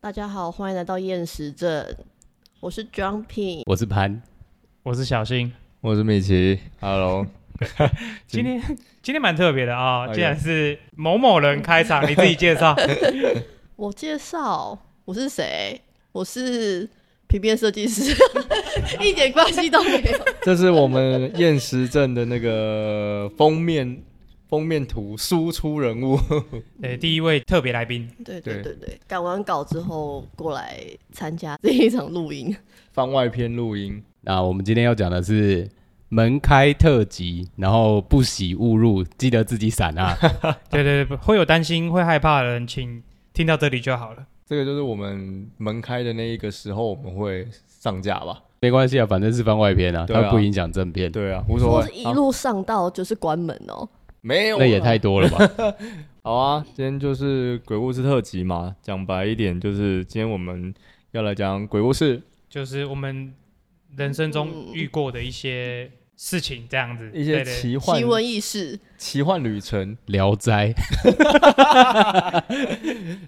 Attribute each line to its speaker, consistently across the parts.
Speaker 1: 大家好，欢迎来到厌食症，我是 Jumping。
Speaker 2: 我是潘，
Speaker 3: 我是小新。
Speaker 4: 我是米奇，Hello，
Speaker 3: 今天 今天蛮特别的啊、
Speaker 4: 哎呀
Speaker 3: 竟然是某某人开场，你自己 介绍。
Speaker 1: 我介绍我是谁？我是平面设计师，一点关系都没有。
Speaker 4: 这是我们厌食症的那个封面封面图输出人物，
Speaker 3: 对，第一位特别来宾，
Speaker 1: 对对
Speaker 4: 对
Speaker 1: 对对，赶完稿之后过来参加这一场录音。
Speaker 4: 番外篇录音。
Speaker 2: 那我们今天要讲的是门开特辑，然后不喜勿入，记得自己闪 啊！
Speaker 3: 对对对，会有担心、会害怕的人，请听到这里就好了。
Speaker 4: 这个就是我们门开的那一个时候，我们会上架吧？
Speaker 2: 没关系啊，反正是番外篇啊，
Speaker 4: 对啊
Speaker 2: 它不影响正片。
Speaker 4: 对啊，无所
Speaker 1: 我
Speaker 4: 谓
Speaker 1: 是。一
Speaker 4: 啊
Speaker 1: 路上到就是关门哦、
Speaker 4: 没有啊
Speaker 2: 那也太多了吧？
Speaker 4: 好啊，今天就是鬼故事特辑嘛。讲白一点，就是今天我们要来讲鬼故事，
Speaker 3: 就是我们人生中遇过的一些事情，这样子。
Speaker 4: 一些
Speaker 3: 对对
Speaker 4: 奇幻
Speaker 1: 奇闻异事，
Speaker 4: 奇幻旅程。
Speaker 2: 聊斋，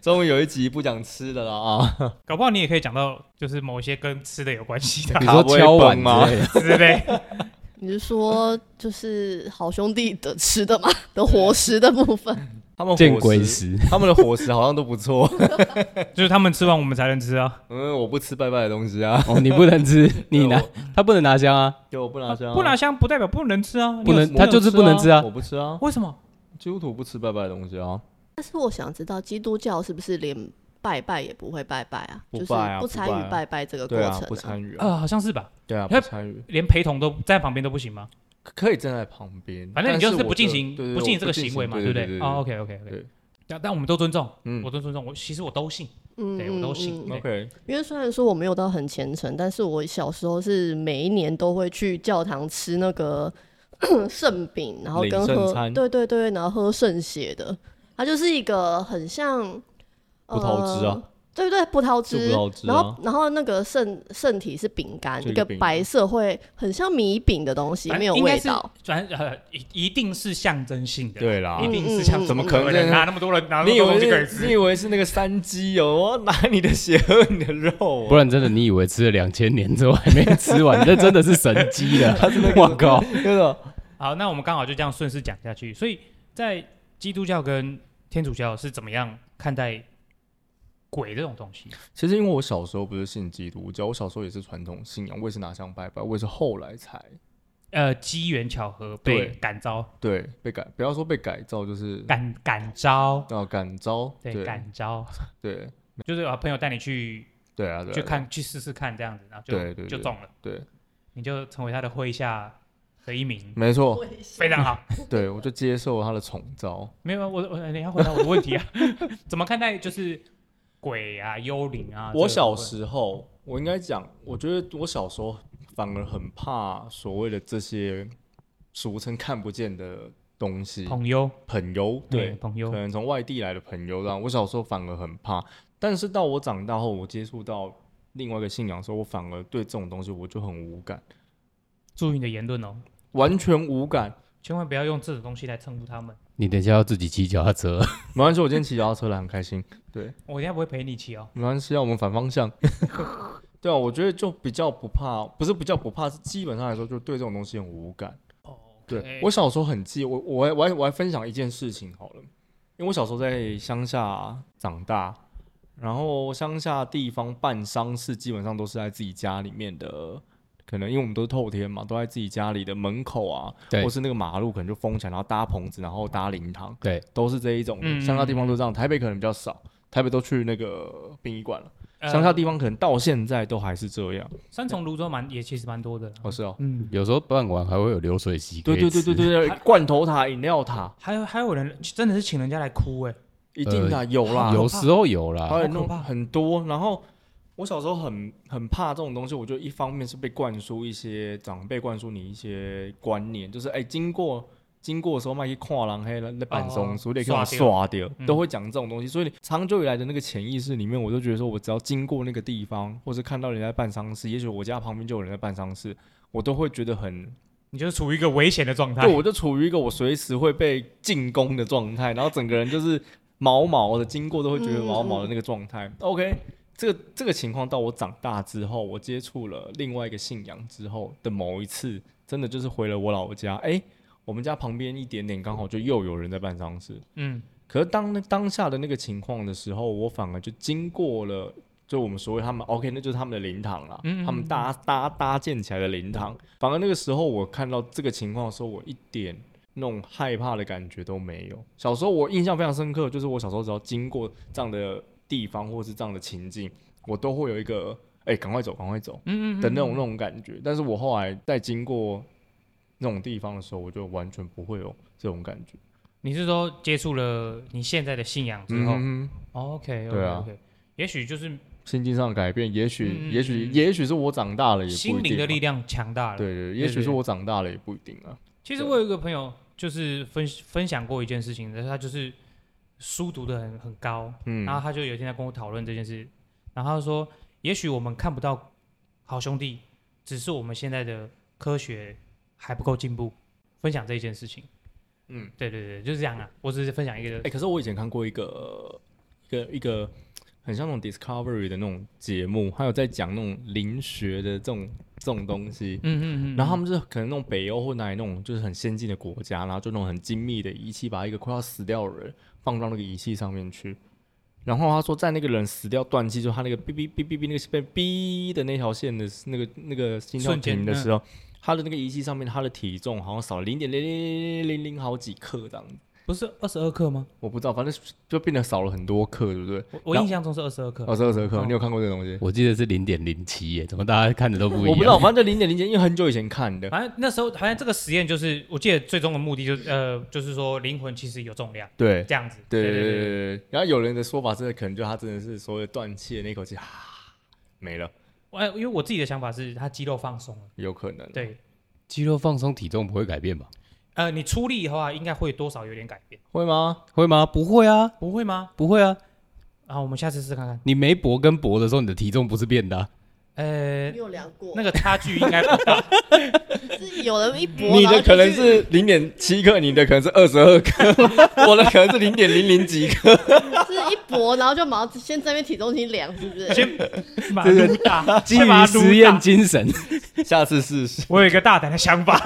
Speaker 4: 终于有一集不讲吃的了啊！
Speaker 3: 搞不好你也可以讲到，就是某些跟吃的有关系 的
Speaker 2: 你说敲碗吗？
Speaker 3: 之类。
Speaker 1: 你是说就是好兄弟的吃 的吗？的伙食的部分，
Speaker 4: 他们
Speaker 2: 见
Speaker 4: 伙
Speaker 2: 鬼 时，
Speaker 4: 食，他们的伙食好像都不错。
Speaker 3: 就是他们吃完我们才能吃啊，
Speaker 4: 嗯，我不吃拜拜的东西啊，
Speaker 2: 哦，你不能吃，你拿
Speaker 4: 对
Speaker 2: 他不能拿香啊，
Speaker 4: 就我不拿香、
Speaker 3: 不拿香不代表不能吃啊。你
Speaker 2: 不
Speaker 3: 有
Speaker 2: 能
Speaker 3: 你有
Speaker 2: 他就是不能吃啊
Speaker 4: 我。不吃啊，
Speaker 3: 为什么？
Speaker 4: 基督徒不吃拜拜的东西啊。
Speaker 1: 但是我想知道，基督教是不是连拜拜也不会拜拜啊？
Speaker 4: 不
Speaker 1: 就是
Speaker 4: 拜啊
Speaker 1: 不
Speaker 4: 不
Speaker 1: 参
Speaker 4: 拜
Speaker 1: 与
Speaker 4: 啊
Speaker 1: 拜拜这个过
Speaker 4: 对啊
Speaker 1: 程，
Speaker 4: 不参与啊。
Speaker 3: 呃，好像是吧，
Speaker 4: 对啊，
Speaker 3: 他
Speaker 4: 不参与，
Speaker 3: 连陪同都站旁边都不行吗？
Speaker 4: 可可以站在旁边，
Speaker 3: 反正你就
Speaker 4: 但是
Speaker 3: 是
Speaker 4: 我
Speaker 3: 不进行
Speaker 4: 对对对
Speaker 3: 不进行这个
Speaker 4: 我
Speaker 3: 行为嘛，
Speaker 4: 对
Speaker 3: 不对？哦
Speaker 4: 哦
Speaker 3: ，OK OK OK
Speaker 4: 对。
Speaker 3: 但但我们都尊重，我
Speaker 4: 嗯
Speaker 3: 都尊重。我其实我都信，
Speaker 1: 嗯
Speaker 3: 对我都信
Speaker 1: 嗯嗯
Speaker 3: 对
Speaker 4: ，OK，
Speaker 1: 因为虽然说我没有到很虔诚，但是我小时候是每一年都会去教堂吃那个 圣饼，然后
Speaker 4: 领
Speaker 1: 跟
Speaker 4: 圣
Speaker 1: 喝，
Speaker 4: 餐
Speaker 1: 对对对，然后喝圣血的，它就是一个很像
Speaker 4: 葡萄汁啊
Speaker 1: 呃对对，葡萄汁，
Speaker 4: 就葡萄汁啊
Speaker 1: 然后然后那个圣圣体是饼干，
Speaker 4: 就
Speaker 1: 一
Speaker 4: 一个
Speaker 1: 个
Speaker 4: 饼哎
Speaker 1: 白色会很像米饼的东西，
Speaker 3: 反
Speaker 1: 没有
Speaker 3: 应该
Speaker 1: 味
Speaker 3: 是
Speaker 1: 道。
Speaker 3: 反正呃一一定是象征性的，，
Speaker 4: 对啦
Speaker 3: 一。定
Speaker 1: 嗯嗯
Speaker 3: 是象征性的。
Speaker 1: 怎么
Speaker 4: 可能
Speaker 3: 对拿那么多人拿那
Speaker 4: 你
Speaker 3: 么
Speaker 4: 以
Speaker 3: 多东西可
Speaker 4: 为
Speaker 3: 以
Speaker 4: 是你
Speaker 3: 吃？
Speaker 4: 以为是那个山鸡哦？ 我要拿你的血喝你的肉、
Speaker 2: 不
Speaker 4: 啊，
Speaker 2: 然真的，你以为吃了两千年之后还没吃 完，这真的是神机了！我靠，
Speaker 4: 真的
Speaker 3: 好，那我们刚好就这样顺势讲下去。所以在基督教跟天主教是怎么样看待鬼这种东西？
Speaker 4: 其实因为我小时候不是信基督教，我小时候也是传统信仰，我也是拿香拜拜，我也是后来才
Speaker 3: 呃，机缘巧合被
Speaker 4: 对
Speaker 3: 感召，
Speaker 4: 对被改，不要说被改造，就是
Speaker 3: 感感召，
Speaker 4: 哦感召，对
Speaker 3: 对，感召，
Speaker 4: 对
Speaker 3: 就是啊，朋友带你去
Speaker 4: 对啊，对啊
Speaker 3: 去看去试试看这样子，然后
Speaker 4: 对
Speaker 3: 就
Speaker 4: 对
Speaker 3: 就
Speaker 4: 对
Speaker 3: 中了，
Speaker 4: 对，
Speaker 3: 你就成为他的麾下的一名，
Speaker 4: 没错，
Speaker 3: 非常好。
Speaker 4: 对我就接受他的宠招。
Speaker 3: 没有，我我你要回答我的问题啊？ 怎么看待就是鬼啊、幽灵啊？
Speaker 4: 我小
Speaker 3: 时
Speaker 4: 时候，我应该讲，我觉得我小时候反而很怕所谓的这些俗称看不见的东西，
Speaker 3: 朋友，
Speaker 4: 朋友，
Speaker 3: 嗯
Speaker 4: 对，
Speaker 3: 朋
Speaker 4: 可
Speaker 3: 友，
Speaker 4: 能从外地来的朋友，然后我小时候反而很怕，但是到我长大后，我接触到另外一个信仰的时候，我反而对这种东西我就很无感，
Speaker 3: 注意你的言论哦，
Speaker 4: 完全无感。
Speaker 3: 千万不要用这种东西来称呼他们。
Speaker 2: 你等一下要自己骑脚踏车，
Speaker 4: 没关系，我今天骑脚踏车来很开心。
Speaker 3: 我应该不会陪你骑哦。
Speaker 4: 没关系啊，我们反方向。 对啊，我觉得就比较不怕，不是比较不怕，是基本上来说就对这种东西很无感。哦对我小时候很记，我我还我还我还分享一件事情好了，因为我小时候在乡下长大，然后乡下地方办丧事基本上都是在自己家里面的，可能因为我们都是透天嘛，都在自己家里的门口啊，
Speaker 2: 对
Speaker 4: 或是那个马路可能就封起来，然后搭棚子，然后搭灵堂，
Speaker 2: 对，
Speaker 4: 都是这一种
Speaker 3: 嗯
Speaker 4: 的。乡下地方都这样，台北可能比较少，台北都去那个殡仪馆了。
Speaker 3: 呃
Speaker 4: 乡下地方可能到现在都还是这样。
Speaker 3: 三重、泸州蛮也其实蛮多的啦。
Speaker 4: 哦，是哦，
Speaker 3: 嗯，
Speaker 2: 有时候傍晚还会有流水席可
Speaker 4: 对
Speaker 2: 以
Speaker 4: 对
Speaker 2: 吃。
Speaker 4: 对对对对，罐头塔、饮料塔，
Speaker 3: 还有还有人真的是请人家来哭哎，
Speaker 4: 一定的、
Speaker 2: 呃
Speaker 4: 有啦，
Speaker 2: 有时候有啦，
Speaker 4: 还有
Speaker 3: 好可
Speaker 4: 弄
Speaker 3: 怕
Speaker 4: 很多。然后我小时候很很怕这种东西，我觉得一方面是被灌输一些长辈灌输你一些观念，就是哎、经过。经过的时候，卖去跨狼黑了，那板松鼠，
Speaker 3: 哦
Speaker 4: 你也可以
Speaker 3: 刷
Speaker 4: 刷掉，
Speaker 3: 嗯
Speaker 4: 都会讲这种东西。所以长久以来的那个潜意识里面，我就觉得说，我只要经过那个地方，或是看到人家在办丧事，也许我家旁边就有人在办丧事，我都会觉得很
Speaker 3: 你就是处于一个危险的状态。
Speaker 4: 对，我就处于一个我随时会被进攻的状态，然后整个人就是毛毛的，经过都会觉得毛毛的那个状态。OK，这个这个情况到我长大之后，我接触了另外一个信仰之后的某一次，真的就是回了我老家，哎、我们家旁边一点点刚好就又有人在办丧事。
Speaker 3: 嗯，
Speaker 4: 可是当那当下的那个情况的时候，我反而就经过了，就我们所谓他们 OK，那就是他们的灵堂啦，
Speaker 3: 嗯嗯嗯
Speaker 4: 他们搭搭搭建起来的灵堂。反而那个时候我看到这个情况的时候，我一点那种害怕的感觉都没有。小时候我印象非常深刻，就是我小时候只要经过这样的地方或是这样的情境，我都会有一个哎，赶、快走，赶快走，
Speaker 3: 嗯嗯嗯
Speaker 4: 的那种那种感觉。但是我后来在经过那种地方的时候，我就完全不会有这种感觉。
Speaker 3: 你是说接触了你现在的信仰之后、
Speaker 4: 嗯
Speaker 3: o k
Speaker 4: 对啊
Speaker 3: o k 也许就是
Speaker 4: 心境上的改变，也许、
Speaker 3: 嗯嗯
Speaker 4: 也许，
Speaker 3: 嗯
Speaker 4: 也许是我长大了，也不一定、啊
Speaker 3: 心灵的力。量强大了。
Speaker 4: 对对，也许是我长大了，也不一定啊。
Speaker 3: 其实我有一个朋友，就是分分享过一件事情，但是他就是书读的很很高，
Speaker 4: 嗯
Speaker 3: 然后他就有一天在跟我讨论这件事，然后他就说，也许我们看不到好兄弟，只是我们现在的科学还不够进步。分享这一件事情，
Speaker 4: 嗯，
Speaker 3: 对对对，就是这样啊。我只是分享一个
Speaker 4: 哎、，可是我以前看过一个一个一个很像那种 Discovery 的那种节目，还有在讲那种灵学的这种这种东西。
Speaker 3: 嗯嗯嗯，
Speaker 4: 然后他们是可能那种北欧或哪里那种就是很先进的国家，然后就那种很精密的仪器，把一个快要死掉的人放到那个仪器上面去。然后他说，在那个人死掉断气，就他那个哔哔哔哔哔那个被哔的那条线的那个那个心跳
Speaker 3: 瞬间
Speaker 4: 停的时候，他的那个仪器上面他的体重好像少零点零零零零好几克这样子，
Speaker 3: 不是二十二克吗？
Speaker 4: 我不知道，反正就变得少了很多克，对不对？
Speaker 3: 我我
Speaker 4: 然后
Speaker 3: 印象中是二十二克。
Speaker 4: 哦，十二克，
Speaker 3: 哦
Speaker 4: 你有看过这个东西？
Speaker 2: 我记得是零点零七耶，怎么大家看的都不一样？
Speaker 4: 我不知道，反正零点零零，因为很久以前看的，
Speaker 3: 反正那时候，好像这个实验就是，我记得最终的目的就是，呃，就是说灵魂其实有重量，
Speaker 4: 对，
Speaker 3: 这样子。
Speaker 4: 对对
Speaker 3: 对
Speaker 4: 对
Speaker 3: 对，
Speaker 4: 对对。然后有人的说法真的可能就他真的是所谓断气的那一口气啊没了，
Speaker 3: 我哎因为我自己的想法是，他肌肉放松了。
Speaker 4: 有可能。，
Speaker 3: 对，
Speaker 2: 肌肉放松，体重不会改变吧？
Speaker 3: 呃，你出力的话，应该会多少有点改变，
Speaker 4: 会吗？
Speaker 2: 会吗？不会啊，
Speaker 3: 不会吗？
Speaker 2: 不会啊。
Speaker 3: 啊，我们下次试看看。
Speaker 2: 你没搏跟搏的时候，你的体重不是变的 啊、
Speaker 3: 呃，
Speaker 1: 你有量过？
Speaker 3: 那个差距应该不大。
Speaker 1: 是有人一搏，
Speaker 4: 你
Speaker 1: 然后
Speaker 4: 的
Speaker 1: 就
Speaker 4: 可能
Speaker 1: 去
Speaker 4: 是零点七克，你的可能是二十二克， 我的可能是零点零零几克。
Speaker 1: 是一搏，然后就马上先在那边体重机量，是不是？
Speaker 3: 先把它撸大，
Speaker 2: 基
Speaker 3: 先把
Speaker 2: 于
Speaker 3: 它撸
Speaker 2: 实验
Speaker 3: 大。
Speaker 2: 精神，
Speaker 4: 下次试试。
Speaker 3: 我有一个大胆的想法。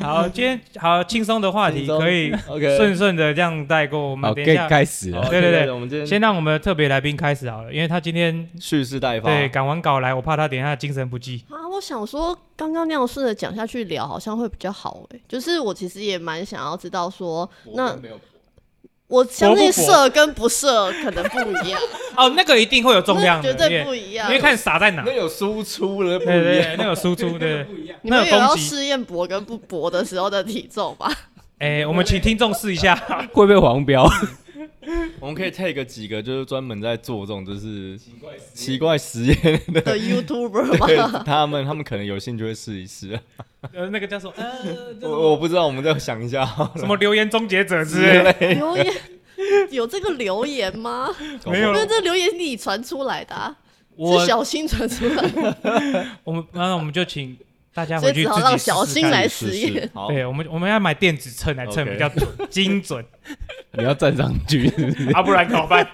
Speaker 3: 好，今天好轻松的话题
Speaker 4: 轻松
Speaker 3: 可以
Speaker 4: OK，
Speaker 3: 顺顺的这样带 过。我们
Speaker 2: 好，
Speaker 3: 等
Speaker 2: 可
Speaker 3: 一
Speaker 2: 以
Speaker 3: 下，
Speaker 2: 开始了。
Speaker 4: 好
Speaker 3: 哦对对对
Speaker 4: 我们今天
Speaker 3: 先让我们的特别来宾开始好了，因为他今天
Speaker 4: 蓄势待发。
Speaker 3: 对，赶完稿来，我怕他等一下精神不济。
Speaker 1: 啊，我想说，刚刚那样顺着讲下去聊，好像会比较好哎、就是我其实也蛮想要知道说，那
Speaker 4: 没有
Speaker 1: 我相信
Speaker 3: 勃不勃
Speaker 1: 射跟不射可能不一样，
Speaker 3: 哦，那个一定会有 重量的，
Speaker 1: 那绝对不
Speaker 3: 因
Speaker 1: 一样。
Speaker 3: 为看撒在哪
Speaker 4: 那。有输出了，不
Speaker 3: 对
Speaker 4: 一
Speaker 3: 对
Speaker 4: 样。
Speaker 3: 对，那有输出，对。
Speaker 1: 你们有
Speaker 3: 那有
Speaker 1: 要
Speaker 3: 攻击
Speaker 1: 试验搏跟不搏的时候的体重 吧？
Speaker 3: 哎，我们请听众试一下。
Speaker 2: 会被黄标，
Speaker 4: 我们可以 take 几个，就是专门在做这种就是奇怪实验的
Speaker 1: 的 YouTuber 吗？
Speaker 4: 人，他们他们可能有兴趣会试一试。
Speaker 3: 呃， 那个叫什么？ 呃，叫什
Speaker 4: 我我
Speaker 3: 么
Speaker 4: 不知道，我们再想一下好了。
Speaker 3: 什么留言终结者之类的。
Speaker 1: 留言有这个留言吗？
Speaker 4: 搞不好
Speaker 3: 没
Speaker 1: 因
Speaker 3: 有
Speaker 1: 为这留言是你传出来的、啊，
Speaker 3: 我
Speaker 1: 是小新传出来的，
Speaker 3: 我们那我们就请大家
Speaker 1: 所
Speaker 3: 回
Speaker 1: 以
Speaker 3: 去
Speaker 1: 只好
Speaker 3: 自己
Speaker 1: 让
Speaker 3: 试试
Speaker 1: 小新
Speaker 3: 看
Speaker 1: 来
Speaker 4: 是
Speaker 1: 实
Speaker 4: 是
Speaker 1: 验。
Speaker 4: 好，
Speaker 3: 对我们，我们要买电子秤来称
Speaker 4: OK
Speaker 3: 比较准精准，
Speaker 2: 你要站上去 是不是
Speaker 3: 啊，不然怎么办？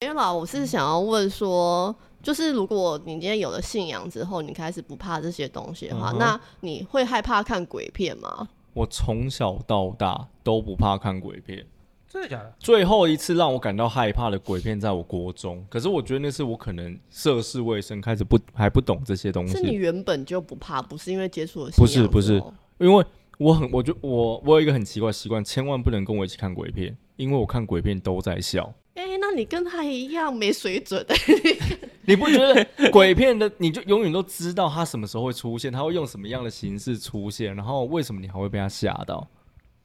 Speaker 1: 没有啦，我是想要问说，就是如果你今天有了信仰之后，你开始不怕这些东西的话，
Speaker 4: 嗯哼
Speaker 1: 那你会害怕看鬼片吗？
Speaker 4: 我从小到大都不怕看鬼片，
Speaker 3: 真的假的？
Speaker 4: 最后一次让我感到害怕的鬼片在我国中，可是我觉得那是我可能涉世未深，开始不还不懂这些东
Speaker 1: 是你
Speaker 4: 西，
Speaker 1: 原本就不怕，不是因为接触了信
Speaker 4: 嗯
Speaker 1: 仰
Speaker 4: 不
Speaker 1: 之
Speaker 4: 是
Speaker 1: 后？
Speaker 4: 不是因为我很，我就我我有一个很奇怪的习惯，千万不能跟我一起看鬼片，因为我看鬼片都在笑。
Speaker 1: 哎、那你跟他一样没水准、 欸，
Speaker 4: 你不觉 得鬼片的你就永远都知道它什么时候会出现，它会用什么样的形式出现，然后为什么你还会被它吓到，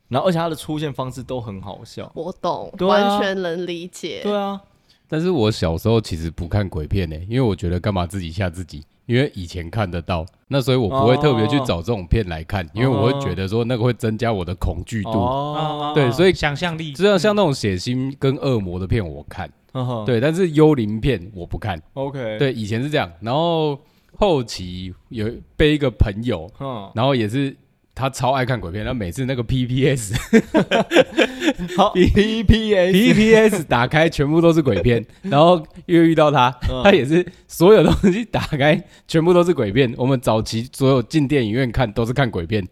Speaker 4: 然后而且它的出现方式都很好笑。
Speaker 1: 我懂，
Speaker 4: 对啊
Speaker 1: 完全能理解。
Speaker 4: 对啊，
Speaker 2: 但是我小时候其实不看鬼片呢、因为我觉得干嘛自己吓自己，因为以前看得到，那所以我不会特别去找这种片来
Speaker 3: 哦
Speaker 2: 看，因为我会觉得说那个会增加我的恐惧度。
Speaker 1: 啊
Speaker 4: 哦，
Speaker 2: 对所以
Speaker 3: 想象力
Speaker 2: 就像像那种血腥跟恶魔的片我看，
Speaker 4: 呵呵
Speaker 2: 对，但是幽灵片我不看。
Speaker 4: 嗯，OK，，
Speaker 2: 对，以前是这样，然后后期有被一个朋友，
Speaker 4: 嗯，
Speaker 2: 然后也是他超爱看鬼片，他每次那个 PPS
Speaker 4: 好 P P A，
Speaker 2: PPS 打开全部都是鬼 片，然后又遇到他，
Speaker 4: 嗯
Speaker 2: 他也是所有东西打开全部都是鬼片。我们早期所有进电影院看都是看鬼片，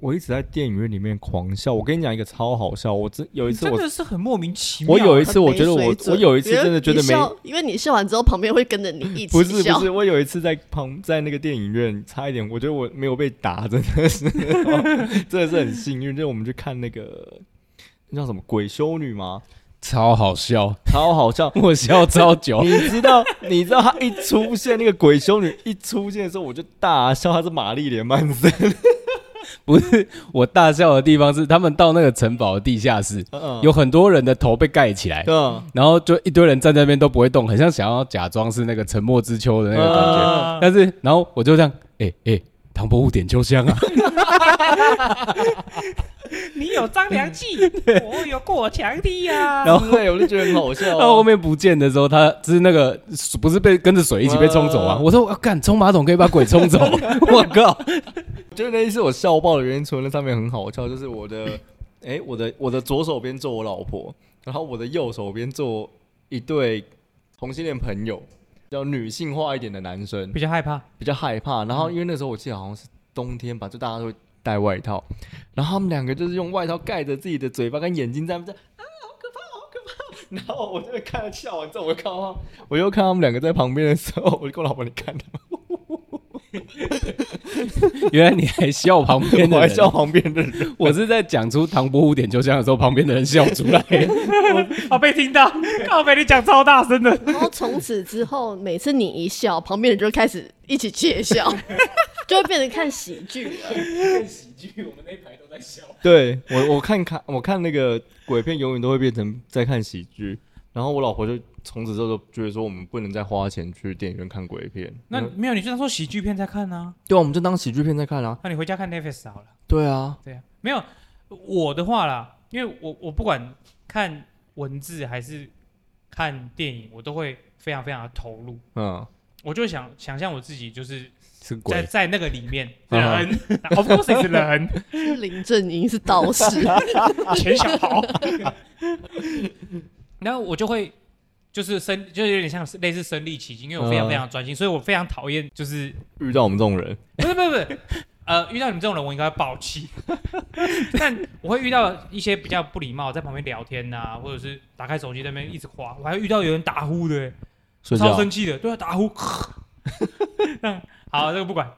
Speaker 4: 我一直在电影院里面狂笑。我跟你讲一个超好笑，我真有一
Speaker 3: 你
Speaker 4: 次
Speaker 3: 真
Speaker 4: 我
Speaker 3: 的是很莫名其妙。
Speaker 4: 我有一
Speaker 1: 很
Speaker 4: 次我
Speaker 1: 没
Speaker 4: 觉得我
Speaker 1: 水准
Speaker 4: 我有一次
Speaker 1: 因为
Speaker 4: 真的觉得
Speaker 1: 你
Speaker 4: 没
Speaker 1: 笑，因为你笑完之后，旁边会跟着你一起
Speaker 4: 不是
Speaker 1: 笑
Speaker 4: 不是，我有一次在旁在那个电影院，差一点，我觉得我没有被打，真的是， 真的是很幸运。就是我们去看那个那叫什么《鬼修女》吗？
Speaker 2: 超好笑，。
Speaker 4: 超好笑
Speaker 2: 我笑超久。
Speaker 4: 你知道，你知道她一出现，那个鬼修女一出现的时候，我就大笑，她是玛丽莲曼森。
Speaker 2: 不是我大笑的地方是，他们到那个城堡的地下室，
Speaker 4: 嗯，
Speaker 2: 有很多人的头被盖起来，
Speaker 4: 嗯，
Speaker 2: 然后就一堆人站在那边都不会动，很像想要假装是那个沉默之丘的那个感觉。
Speaker 3: 啊
Speaker 2: 但是，然后我就这样，哎、哎、唐伯虎点秋香啊，
Speaker 3: 你有张良计， 我有过墙梯呀。
Speaker 4: 然后对我就觉得很好笑、
Speaker 2: 到后面不见的时候，啊他是那个不是被跟着水一起被冲走啊？
Speaker 4: 啊
Speaker 2: 我说我要干冲马桶可以把鬼冲走，我靠！
Speaker 4: 就是那一次我笑爆的原因，除了那上面很好笑，就是我的， 哎、我的我的左手边坐我老婆，然后我的右手边坐一对同性恋朋友，比较女性化一点的男生
Speaker 3: 比，较害怕，
Speaker 4: 比较害怕。然后因为那时候我记得好像是冬天吧，就大家都会带外套，然后他们两个就是用外套盖着自己的嘴巴跟眼睛在那边这样啊，好可怕，好可怕。然后我就看到笑完之后，我就看到他，我又看他们两个在旁边的时候，我就跟我老婆你看他们，
Speaker 2: 原来你还笑旁边
Speaker 4: 我
Speaker 2: 的
Speaker 4: 还
Speaker 2: 人，
Speaker 4: 笑旁边的人，
Speaker 2: 我是在讲出唐伯虎点秋香的时候，旁边的人笑出来。
Speaker 3: 啊，被听到，靠被你讲超大声的，
Speaker 1: 然后从此之后，每次你一笑，旁边人就开始一起窃笑， 就会变成看喜剧了。
Speaker 4: 对我，我看看我看那个鬼片，永远都会变成在看喜剧。然后我老婆就从此之后就觉得说，我们不能再花钱去电影院看鬼片。
Speaker 3: 那
Speaker 4: 嗯
Speaker 3: 没有，你就当做喜剧片在看啊。
Speaker 4: 对啊，我们就当喜剧片在看啊。
Speaker 3: 那你回家看 Netflix 好了。
Speaker 4: 对啊，
Speaker 3: 对啊，没有我的话啦，因为我我不管看文字还是看电影，我都会非常非常的投入。
Speaker 4: 嗯，
Speaker 3: 我就会想想象我自己就是
Speaker 2: 是
Speaker 3: 在
Speaker 2: 鬼，
Speaker 3: 在那个里面，
Speaker 2: 嗯
Speaker 3: 人 ，of course is 人，
Speaker 1: 是林正英是道士，
Speaker 3: 钱小豪。然后我就会就是身，就是有点像是类似身临其境，因为我非常
Speaker 4: 嗯
Speaker 3: 非常专心，所以我非常讨厌就是
Speaker 4: 遇到我们这种人，
Speaker 3: 不是不是不是，呃，遇到你们这种人，我应该会爆气。 但我会遇到一些比较不礼貌，在旁边聊天呐、或者是打开手机在那边一直滑。我还遇到有人打呼的、欸
Speaker 4: 睡
Speaker 3: 超
Speaker 4: 觉
Speaker 3: 生气的，对啊，打呼。 嗯，好，这个不管，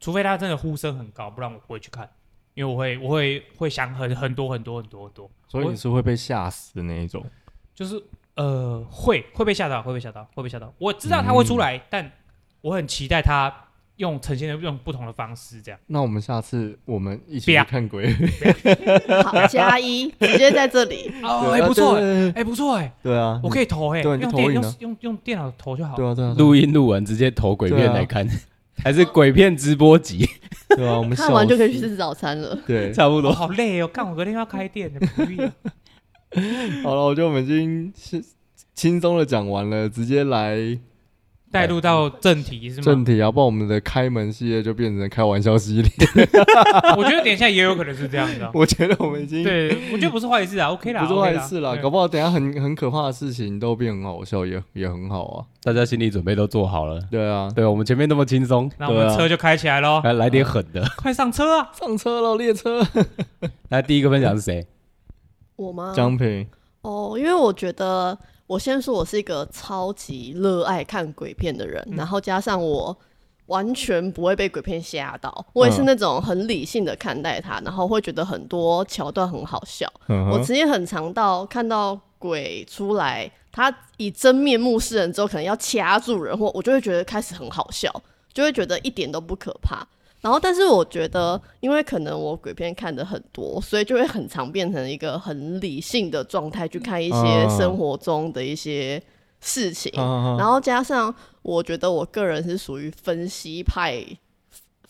Speaker 3: 除非他真的呼声很高，不然我不会去看，因为我会我会会想很很多很多很多很多，
Speaker 4: 所以你是会被吓死的那一种。
Speaker 3: 就是呃会会被吓到，会被吓到，会被吓到。我知
Speaker 4: 嗯
Speaker 3: 道他会出来，但我很期待他用呈现的用不同的方式这样。
Speaker 4: 那我们下次我们一起去
Speaker 3: 啪
Speaker 4: 看鬼，
Speaker 1: 好加一，直接在这里。
Speaker 3: 哦，
Speaker 4: 对
Speaker 3: 哎、
Speaker 4: 啊
Speaker 3: 不错、
Speaker 4: 对
Speaker 3: 哎、
Speaker 4: 对对
Speaker 3: 不错哎、
Speaker 4: 对啊，
Speaker 3: 我可以投哎、
Speaker 4: 对你
Speaker 3: 用
Speaker 4: 就
Speaker 3: 电
Speaker 4: 投影
Speaker 3: 用
Speaker 4: 啊
Speaker 3: 用用电脑投就好。
Speaker 4: 对啊，对啊，对啊，
Speaker 2: 录音录完直接投鬼片来看，还是鬼片直播集，
Speaker 4: 对啊，我们
Speaker 1: 看完就可以去
Speaker 4: 笑死。
Speaker 1: 吃早餐了。
Speaker 4: 对，
Speaker 2: 差不
Speaker 3: 我
Speaker 2: 多。
Speaker 3: 好累哦，干我隔天要开店的，不必
Speaker 4: 好了，我觉得我们已经是轻松的讲完了，直接来
Speaker 3: 带入到正题是吗？
Speaker 4: 正题啊，不然我们的开门系列就变成开玩笑系列。
Speaker 3: 我觉得等一下也有可能是这样子、啊
Speaker 4: 。我觉得我们已经
Speaker 3: 对，我觉得不是坏事啊，OK 啦，
Speaker 4: 不是
Speaker 3: OK
Speaker 4: 坏事啦，
Speaker 3: 对
Speaker 4: 搞不好等一下很很可怕的事情都变很好笑，也也很好啊。
Speaker 2: 大家心理准备都做好了。
Speaker 4: 对啊，
Speaker 2: 对我们前面那么轻松，
Speaker 3: 那我们
Speaker 4: 对啊
Speaker 3: 车就开起来喽，
Speaker 2: 来来点狠的。
Speaker 3: 快上车啊！
Speaker 4: 上车了，列车。
Speaker 2: 那第一个分享是谁？
Speaker 1: 我吗？
Speaker 4: 江平，
Speaker 1: 哦，因为我觉得，我先说我是一个超级热爱看鬼片的人，
Speaker 3: 嗯
Speaker 1: 然后加上我完全不会被鬼片吓到，我也是那种很理性的看待它，然后会觉得很多桥段很好笑。
Speaker 4: 嗯
Speaker 1: 我
Speaker 4: 哼
Speaker 1: 曾经很常到看到鬼出来，他以真面目示人之后，可能要掐住人，或我就会觉得开始很好笑，就会觉得一点都不可怕。然后，但是我觉得，
Speaker 4: 嗯
Speaker 1: 因为可能我鬼片看的很多，所以就会很常变成一个很理性的状态去看一些
Speaker 4: 嗯
Speaker 1: 生活中的一些事情。
Speaker 4: 嗯
Speaker 1: 然后加上，我觉得我个人是属于分析派，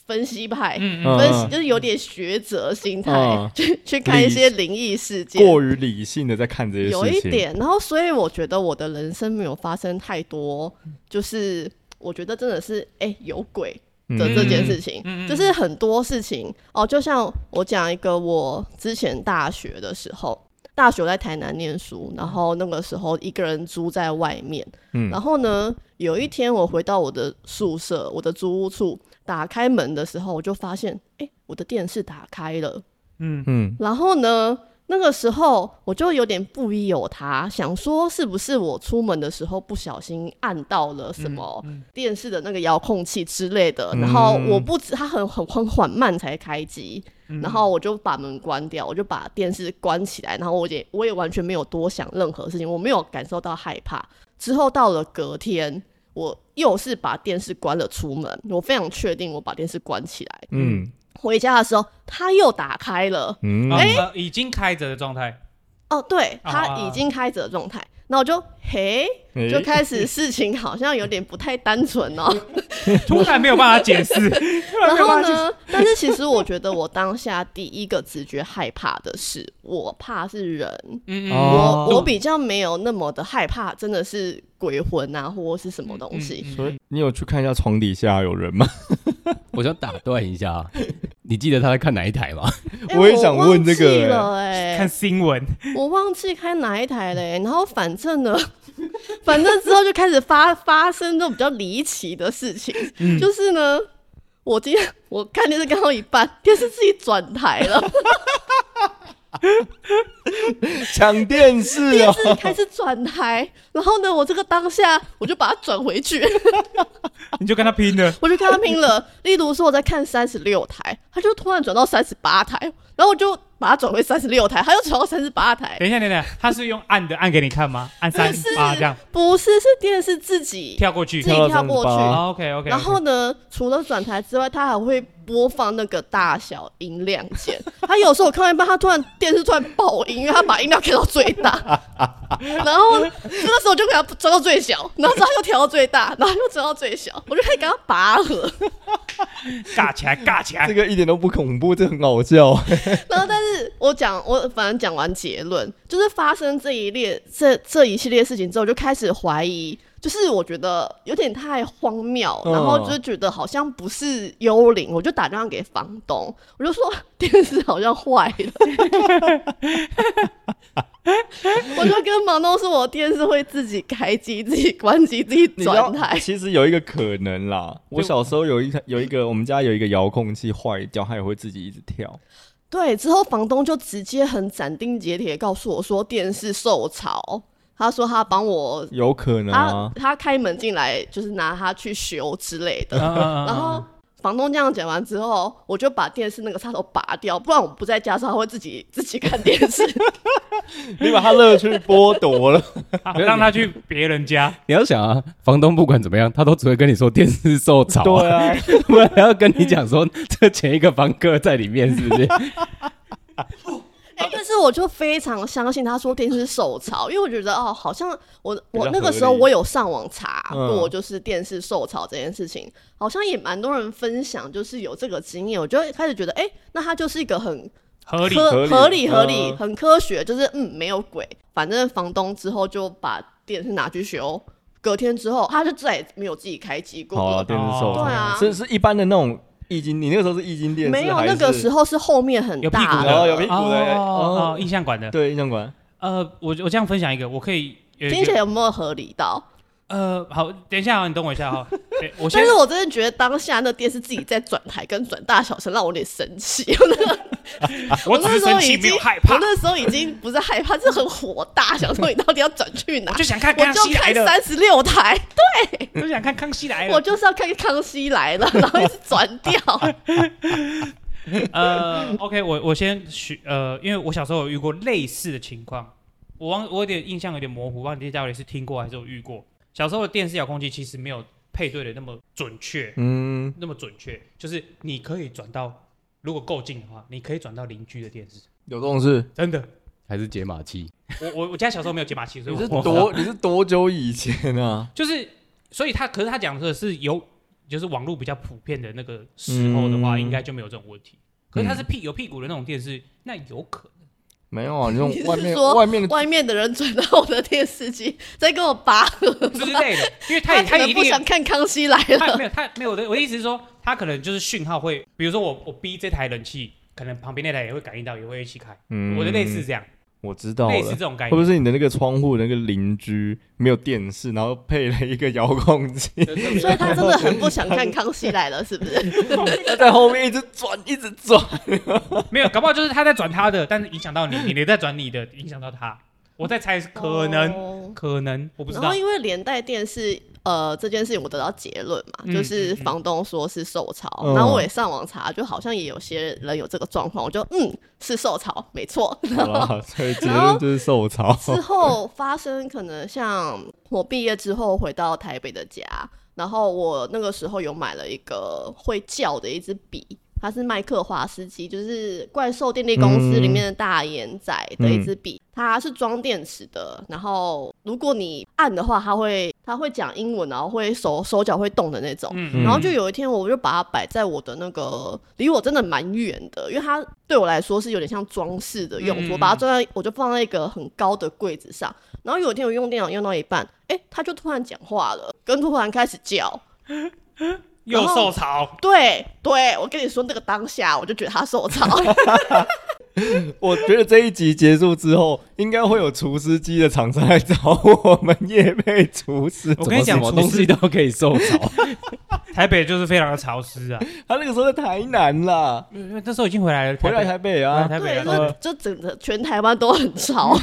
Speaker 1: 分析派，
Speaker 3: 嗯
Speaker 4: 嗯
Speaker 3: 嗯，
Speaker 1: 分析就是有点学者心态、
Speaker 4: 嗯啊
Speaker 1: 去去看一些灵异事件，
Speaker 4: 过于理性的在看这些
Speaker 1: 有
Speaker 4: 事
Speaker 1: 一
Speaker 4: 情，
Speaker 1: 点。然后，所以我觉得我的人生没有发生太多，就是我觉得真的是哎、有鬼的这件事情，
Speaker 3: 嗯嗯嗯
Speaker 1: 就是很多事情哦。就像我讲一个，我之前大学的时候，大学我在台南念书，然后那个时候一个人租在外面，
Speaker 4: 嗯
Speaker 1: 然后呢，有一天我回到我的宿舍，我的租屋处，打开门的时候，我就发现，哎、我的电视打开了。
Speaker 3: 嗯，
Speaker 4: 嗯
Speaker 1: 然后呢，那个时候我就有点不疑有他，想说是不是我出门的时候不小心按到了什么
Speaker 3: 嗯
Speaker 1: 电视的那个遥控器之类的，
Speaker 4: 嗯
Speaker 1: 然后我不知它很很很缓慢才开机，
Speaker 3: 嗯
Speaker 1: 然后我就把门关掉，我就把电视关起来，然后我也我也完全没有多想任何事情，我没有感受到害怕。之后到了隔天。我又是把电视关了出门，我非常确定我把电视关起来。
Speaker 4: 嗯
Speaker 1: 回家的时候，它又打开了，
Speaker 4: 嗯，
Speaker 3: 啊
Speaker 4: 哎，
Speaker 3: 呃已经开着的状态，
Speaker 1: 哦，对，
Speaker 3: 啊
Speaker 1: 他已经开着的状态，那我就嘿，就开始事情好像有点不太单纯哦。
Speaker 3: 突然没有办法解 释，突然
Speaker 1: 然
Speaker 3: 没有
Speaker 1: 后
Speaker 3: 办法解释，
Speaker 1: 呢，但是其实我觉得我当下第一个直觉害怕的是，我怕是人，
Speaker 3: 嗯嗯
Speaker 4: 哦
Speaker 1: 我我比较没有那么的害怕，真的是鬼魂啊，或是什么东西。
Speaker 3: 嗯嗯嗯
Speaker 4: 所以你有去看一下床底下有人吗？
Speaker 2: 我想打断一下，啊你记得他在看哪一台吗？
Speaker 3: 嗯
Speaker 1: 哎
Speaker 4: 我也想问这个
Speaker 1: 我忘记了哎、
Speaker 3: 看新闻，
Speaker 1: 我忘记开哪一台嘞、然后反正呢， 反正之后就开始发发生这种比较离奇的事情，
Speaker 3: 嗯
Speaker 1: 就是呢，我今天我看电视看到一半，电视自己转台了，
Speaker 4: 抢电视
Speaker 1: 电
Speaker 4: 哦，
Speaker 1: 视开始转台，然后呢，我这个当下我就把它转回去，
Speaker 3: 你就跟他拼了，
Speaker 1: 我就跟他拼了。例如说我在看三十六台，他就突然转到三十八台，然后我就把它转回三十六台，他又转到三十八台。
Speaker 3: 等一下，等一下，他是用按的按给你看吗？按三
Speaker 1: 是
Speaker 3: 啊这样
Speaker 1: 不是，是电视自己
Speaker 3: 跳过去哦
Speaker 1: 自己跳过去
Speaker 4: 跳到38。
Speaker 3: ，OK OK，
Speaker 1: 然后呢，除了转台之外，它还会播放那个大小音量键。 它有时候我看到一半，它突然电视突然爆音，因为它把音量开到最大， 然后这个时候我就给它转到最小，然后它又调到最大，然后又转到最小，我就开始给它拔河。
Speaker 3: 尬起来尬起来
Speaker 4: 这，个一点都不恐怖，这很好笑。
Speaker 1: 然后，但是我讲，我反正讲完结论，就是发生这一列这这一系列事情之后，就开始怀疑，就是我觉得有点太荒谬，
Speaker 4: 嗯
Speaker 1: 然后就觉得好像不是幽灵，我就打电话给房东，我就说电视好像坏了， 我就跟房东说，我电视会自己开机、自己关机、自己
Speaker 4: 你知道
Speaker 1: 转台，
Speaker 4: 其实有一个可能啦，我小时候有一台有一个我们家有一个遥控器坏掉，它也会自己一直跳。
Speaker 1: 对，之后房东就直接很斩钉截铁地告诉我说电视受潮，他说他帮我
Speaker 4: 有可能
Speaker 1: 他
Speaker 4: 啊，
Speaker 1: 他开门进来就是拿它去修之类的。
Speaker 3: 嗯
Speaker 1: 然
Speaker 4: 嗯
Speaker 3: 然
Speaker 1: 后
Speaker 4: 啊
Speaker 1: 房东这样讲完之后，我就把电视那个插头拔掉，不然我不在家的时候，他会自己 自己看电 视。
Speaker 4: 你把他乐趣剥夺 了。
Speaker 3: 啊让他去别人家，
Speaker 2: 你要想啊，房东不管怎么样，他都只会跟你说电视受潮、啊，
Speaker 4: 对啊，
Speaker 2: 不然还要跟你讲说 这前一个房客在里面是不 是？
Speaker 1: 哎但是我就非常相信他说电视受潮，因为我觉得哦，好像我
Speaker 4: 比较
Speaker 1: 我
Speaker 4: 合
Speaker 1: 那个时候
Speaker 4: 理
Speaker 1: 我有上网查
Speaker 4: 嗯
Speaker 1: 过，就是电视受潮这件事情，好像也蛮多人分享，就是有这个经验，我就会开始觉得，哎、那它就是一个很
Speaker 3: 合理
Speaker 1: 合
Speaker 4: 合
Speaker 1: 合理
Speaker 4: 理嗯
Speaker 1: 合理，很科学，就是嗯没有鬼。反正房东之后就把电视拿去修，隔天之后他就再也没有自己开机过
Speaker 4: 好了，
Speaker 1: 了。
Speaker 4: 电视受
Speaker 1: 对
Speaker 4: 伤，
Speaker 1: 啊，
Speaker 4: 哦是是一般的那种液晶，你那个时候是液晶电视，
Speaker 1: 没有那个时
Speaker 4: 候
Speaker 1: 候是后面很
Speaker 3: 有屁
Speaker 1: 大
Speaker 3: 股
Speaker 4: 的
Speaker 1: 的，
Speaker 4: 哦有屁股的
Speaker 3: 哦
Speaker 4: 哦
Speaker 3: 哦，印象馆的，
Speaker 4: 对印象馆，
Speaker 3: 呃，我我这样分享一个，我可以有一个
Speaker 1: 听起来有没有合理到？
Speaker 3: 呃，好，等一下啊，你等我一 下哈，对我先
Speaker 1: 但是我真的觉得当下那电视自己在转台跟转大小声，让我有点生气。我那
Speaker 3: 我只
Speaker 1: 那
Speaker 3: 是
Speaker 1: 时候
Speaker 3: 生
Speaker 1: 已
Speaker 3: 气，没
Speaker 1: 经
Speaker 3: 有害 怕
Speaker 1: 我，那时候已经不是害怕，是很火大，想说你到底要转去哪
Speaker 3: 我？就想看
Speaker 1: 我
Speaker 3: 康
Speaker 1: 就
Speaker 3: 熙来
Speaker 1: 看
Speaker 3: 了，哎
Speaker 1: 三十六台，
Speaker 3: 我就想看康熙来
Speaker 1: 我
Speaker 3: 了。
Speaker 1: 就是要看《康熙来了》，然后一直转掉。
Speaker 3: 呃，OK，我我先学呃，因为我小时候有遇过类似的情况，我忘我有点印象有点模糊，忘记到底是听过还是有遇过。小时候的电视遥控器其实没有配对的那么准确，
Speaker 4: 嗯，
Speaker 3: 那么准确，就是你可以转到，如果够近的话，你可以转到邻居的电视，
Speaker 4: 有这种事。
Speaker 3: 真的。
Speaker 2: 还是解码器？
Speaker 3: 我我我家小时候没有解码器，所以
Speaker 4: 你
Speaker 3: 我
Speaker 4: 是
Speaker 3: 我
Speaker 4: 多你是多久以前啊？
Speaker 3: 就是，所以他可是他讲的是有，就是网络比较普遍的那个时候的话，
Speaker 4: 嗯
Speaker 3: 应该就没有这种问题。可是他是屁有屁股的那种电视，那有可能。
Speaker 4: 没有啊，你这
Speaker 1: 你
Speaker 4: 种
Speaker 1: 是
Speaker 4: 外面
Speaker 1: 说
Speaker 4: 外面的
Speaker 1: 外面的人转到我的电视机，在跟我拔河，
Speaker 3: 之类的，因为他也
Speaker 1: 可
Speaker 3: 他也
Speaker 1: 能
Speaker 3: 一
Speaker 1: 不
Speaker 3: 定有
Speaker 1: 想看《康熙来了
Speaker 3: 他》没有他没有我的我的意思是说，它可能就是讯号会，比如说我我逼这台冷气，可能旁边那台也会感应到，也会一起开。
Speaker 4: 嗯
Speaker 3: 我的类似这样，
Speaker 4: 我知道
Speaker 3: 类似
Speaker 4: 了
Speaker 3: 这。种概
Speaker 4: 会不会
Speaker 3: 念。
Speaker 4: 是你的那个窗户的那个邻居没有电视，然后配了一个遥控器，
Speaker 1: 所以他真的很不想看《康熙来了》，是不是？
Speaker 4: 他在后面一直转，一直转？
Speaker 3: 没有，搞不好就是他在转他的，但是影响到你，你的在转你的，影响到他。我在猜， 可能、
Speaker 1: 哦
Speaker 3: 可能，我不知
Speaker 1: 然
Speaker 3: 道
Speaker 1: 后。因为连带电视，呃，这件事情我得到结论嘛，
Speaker 3: 嗯
Speaker 1: 就是
Speaker 3: 嗯哦嗯
Speaker 1: 房东说是受潮，
Speaker 4: 嗯
Speaker 1: 然后我也上网查，就好像也有些人有这个状况，我就嗯是受潮，没错。
Speaker 3: 啊
Speaker 4: 好了，所以结论就是受潮。
Speaker 1: 之后发生可能像我毕业之后回到台北的家，然后我那个时候有买了一个会叫的一支笔，它是麦克华斯基，就是怪兽电力公司里面的大眼仔的一支笔，它是装电池的，然后如果你按的话，它会它会讲英文，然后会手手脚会动的那种。
Speaker 3: 嗯
Speaker 1: 然后就有一天，我就把它摆在我的那个离我真的蛮远的，因为它对我来说是有点像装饰的用
Speaker 3: 嗯
Speaker 1: 途。我把它装在，我就放在一个很高的柜子上。然后有一天我用电脑用到一半，哎、它就突然讲话了，跟突然开始叫。
Speaker 3: 又
Speaker 1: 然后
Speaker 3: 受潮，
Speaker 1: 对对，我跟你说那个当下，我就觉得它受潮。
Speaker 4: 我觉得这一集结束之后，应该会有厨师机的厂商来找我们夜配厨师。
Speaker 3: 我跟你讲
Speaker 2: 什么东西都可以受 潮，
Speaker 3: 台北就是非常的潮湿啊。嗯
Speaker 4: 他那个时候在台南啦，
Speaker 3: 因为那时候已经回来了，
Speaker 4: 回来
Speaker 3: 台
Speaker 4: 台北
Speaker 3: 北回来
Speaker 4: 啊，
Speaker 3: 台
Speaker 1: 对，
Speaker 3: 北了。
Speaker 1: 就就整个全台湾都很潮。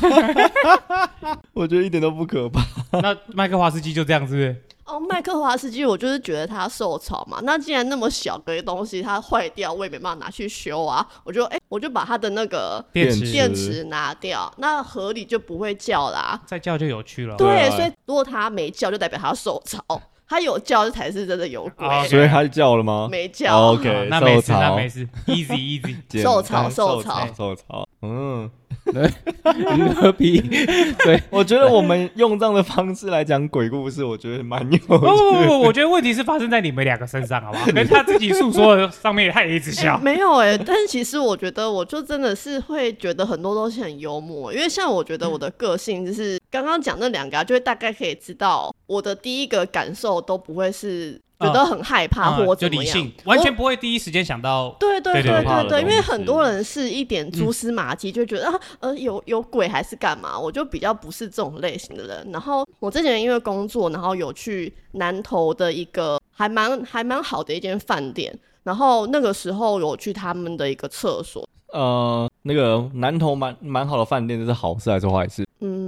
Speaker 4: 我觉得一点都不可怕。
Speaker 3: 那麦克华斯基就这样，是不是？
Speaker 1: 哦，麦克华斯基，我就是觉得它受潮嘛。那既然那么小个东西它坏掉，我也没办法拿去修啊。我就哎、我就把它的那个
Speaker 3: 电池
Speaker 1: 电池拿掉，那河里就不会叫啦。
Speaker 3: 再叫就有趣了。
Speaker 1: 对，
Speaker 4: 对
Speaker 1: 所以如果它没叫，就代表它受潮；它有叫，这才是真的有鬼。
Speaker 3: 哦
Speaker 4: 所以他叫了吗？
Speaker 1: 没叫，
Speaker 4: OK，
Speaker 3: 啊那
Speaker 4: 受
Speaker 3: 没事，
Speaker 4: 潮
Speaker 3: 那没事，easy easy。
Speaker 4: 简
Speaker 1: 受
Speaker 4: 单
Speaker 1: 潮
Speaker 4: 受
Speaker 1: 受潮
Speaker 4: 受潮。嗯，
Speaker 2: 你何必？
Speaker 4: 我觉得我们用这样的方式来讲鬼故事， 我觉得蛮有
Speaker 3: 不不
Speaker 4: 趣。
Speaker 3: 不不，我觉得问题是发生在你们两个身上，好 不好？跟他自己诉说的上面，他也一直笑。
Speaker 1: 没有哎、但是其实我觉得，我就真的是会觉得很多东西很幽默，因为像我觉得我的个性就是刚刚讲那两个、啊，就会大概可以知道我的第一个感受都不会是觉得很害怕
Speaker 3: 嗯
Speaker 1: 或
Speaker 3: 就
Speaker 1: 怎
Speaker 3: 理
Speaker 1: 么样
Speaker 3: 性，，完全
Speaker 1: 我。
Speaker 3: 不会第一时间想到。
Speaker 1: 对对
Speaker 3: 对
Speaker 1: 对对对，
Speaker 3: 对
Speaker 1: 因为
Speaker 4: 怕的东西
Speaker 1: 很多人是一点蛛丝马
Speaker 3: 嗯
Speaker 1: 迹就觉得、啊，呃，有有鬼还是干嘛？我就比较不是这种类型的人。然后我之前因为工作，然后有去南投的一个还蛮还蛮好的一间饭店，然后那个时候有去他们的一个厕所，
Speaker 4: 呃，那个南投蛮蛮好的饭店，这是好事还是坏事？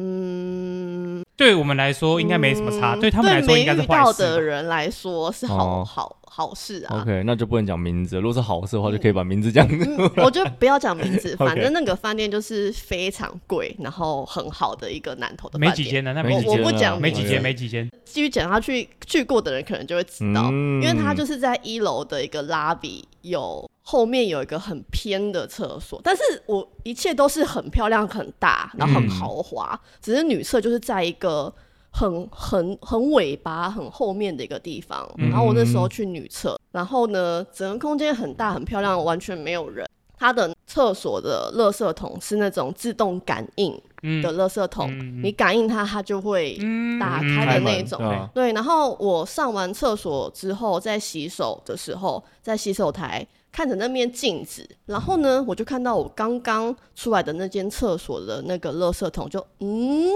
Speaker 1: 嗯，
Speaker 3: 对我们来说应该没什么差，
Speaker 1: 嗯
Speaker 3: 对他们来说应该是
Speaker 1: 没遇到
Speaker 3: 坏
Speaker 1: 的
Speaker 3: 事。
Speaker 1: 人来说是好、
Speaker 4: 哦
Speaker 1: 好好事啊。
Speaker 4: OK，那就不能讲名字了。如果是好事的话，就可以把名字讲出 来。
Speaker 1: 嗯我就不要讲名 字，
Speaker 4: OK
Speaker 1: 反正那个饭店就是非常贵，然后很好的一个南投的
Speaker 3: 没
Speaker 1: 饭
Speaker 3: 几
Speaker 1: 店。
Speaker 3: 间的，那
Speaker 4: 没
Speaker 3: 几
Speaker 4: 几
Speaker 1: 我
Speaker 4: 间
Speaker 1: 我
Speaker 4: 啊
Speaker 1: 不讲
Speaker 3: 没几
Speaker 1: 间
Speaker 3: 间，，没几间。
Speaker 1: 继续讲下去，去过的人可能就会知道，
Speaker 4: 嗯
Speaker 1: 因为它就是在一楼的一个拉比有后面有一个很偏的厕所，但是我一切都是很漂亮、很大，然后很
Speaker 3: 嗯
Speaker 1: 豪华，只是女厕就是在一个很很很尾巴、很后面的一个地方。
Speaker 3: 嗯
Speaker 1: 然后我那时候去女厕，然后呢，整个空间很大、很漂亮，完全没有人。它的厕所的垃圾桶是那种自动感应
Speaker 3: 嗯
Speaker 1: 的垃圾桶，
Speaker 3: 嗯嗯
Speaker 1: 你感应它，它就会
Speaker 3: 嗯
Speaker 1: 打
Speaker 3: 嗯
Speaker 1: 开的那种。
Speaker 4: 开门对啊
Speaker 1: 对，然后我上完厕所之后，在洗手的时候，在洗手台看着那面镜子，然后呢，我就看到我刚刚出来的那间厕所的那个垃圾桶就嗯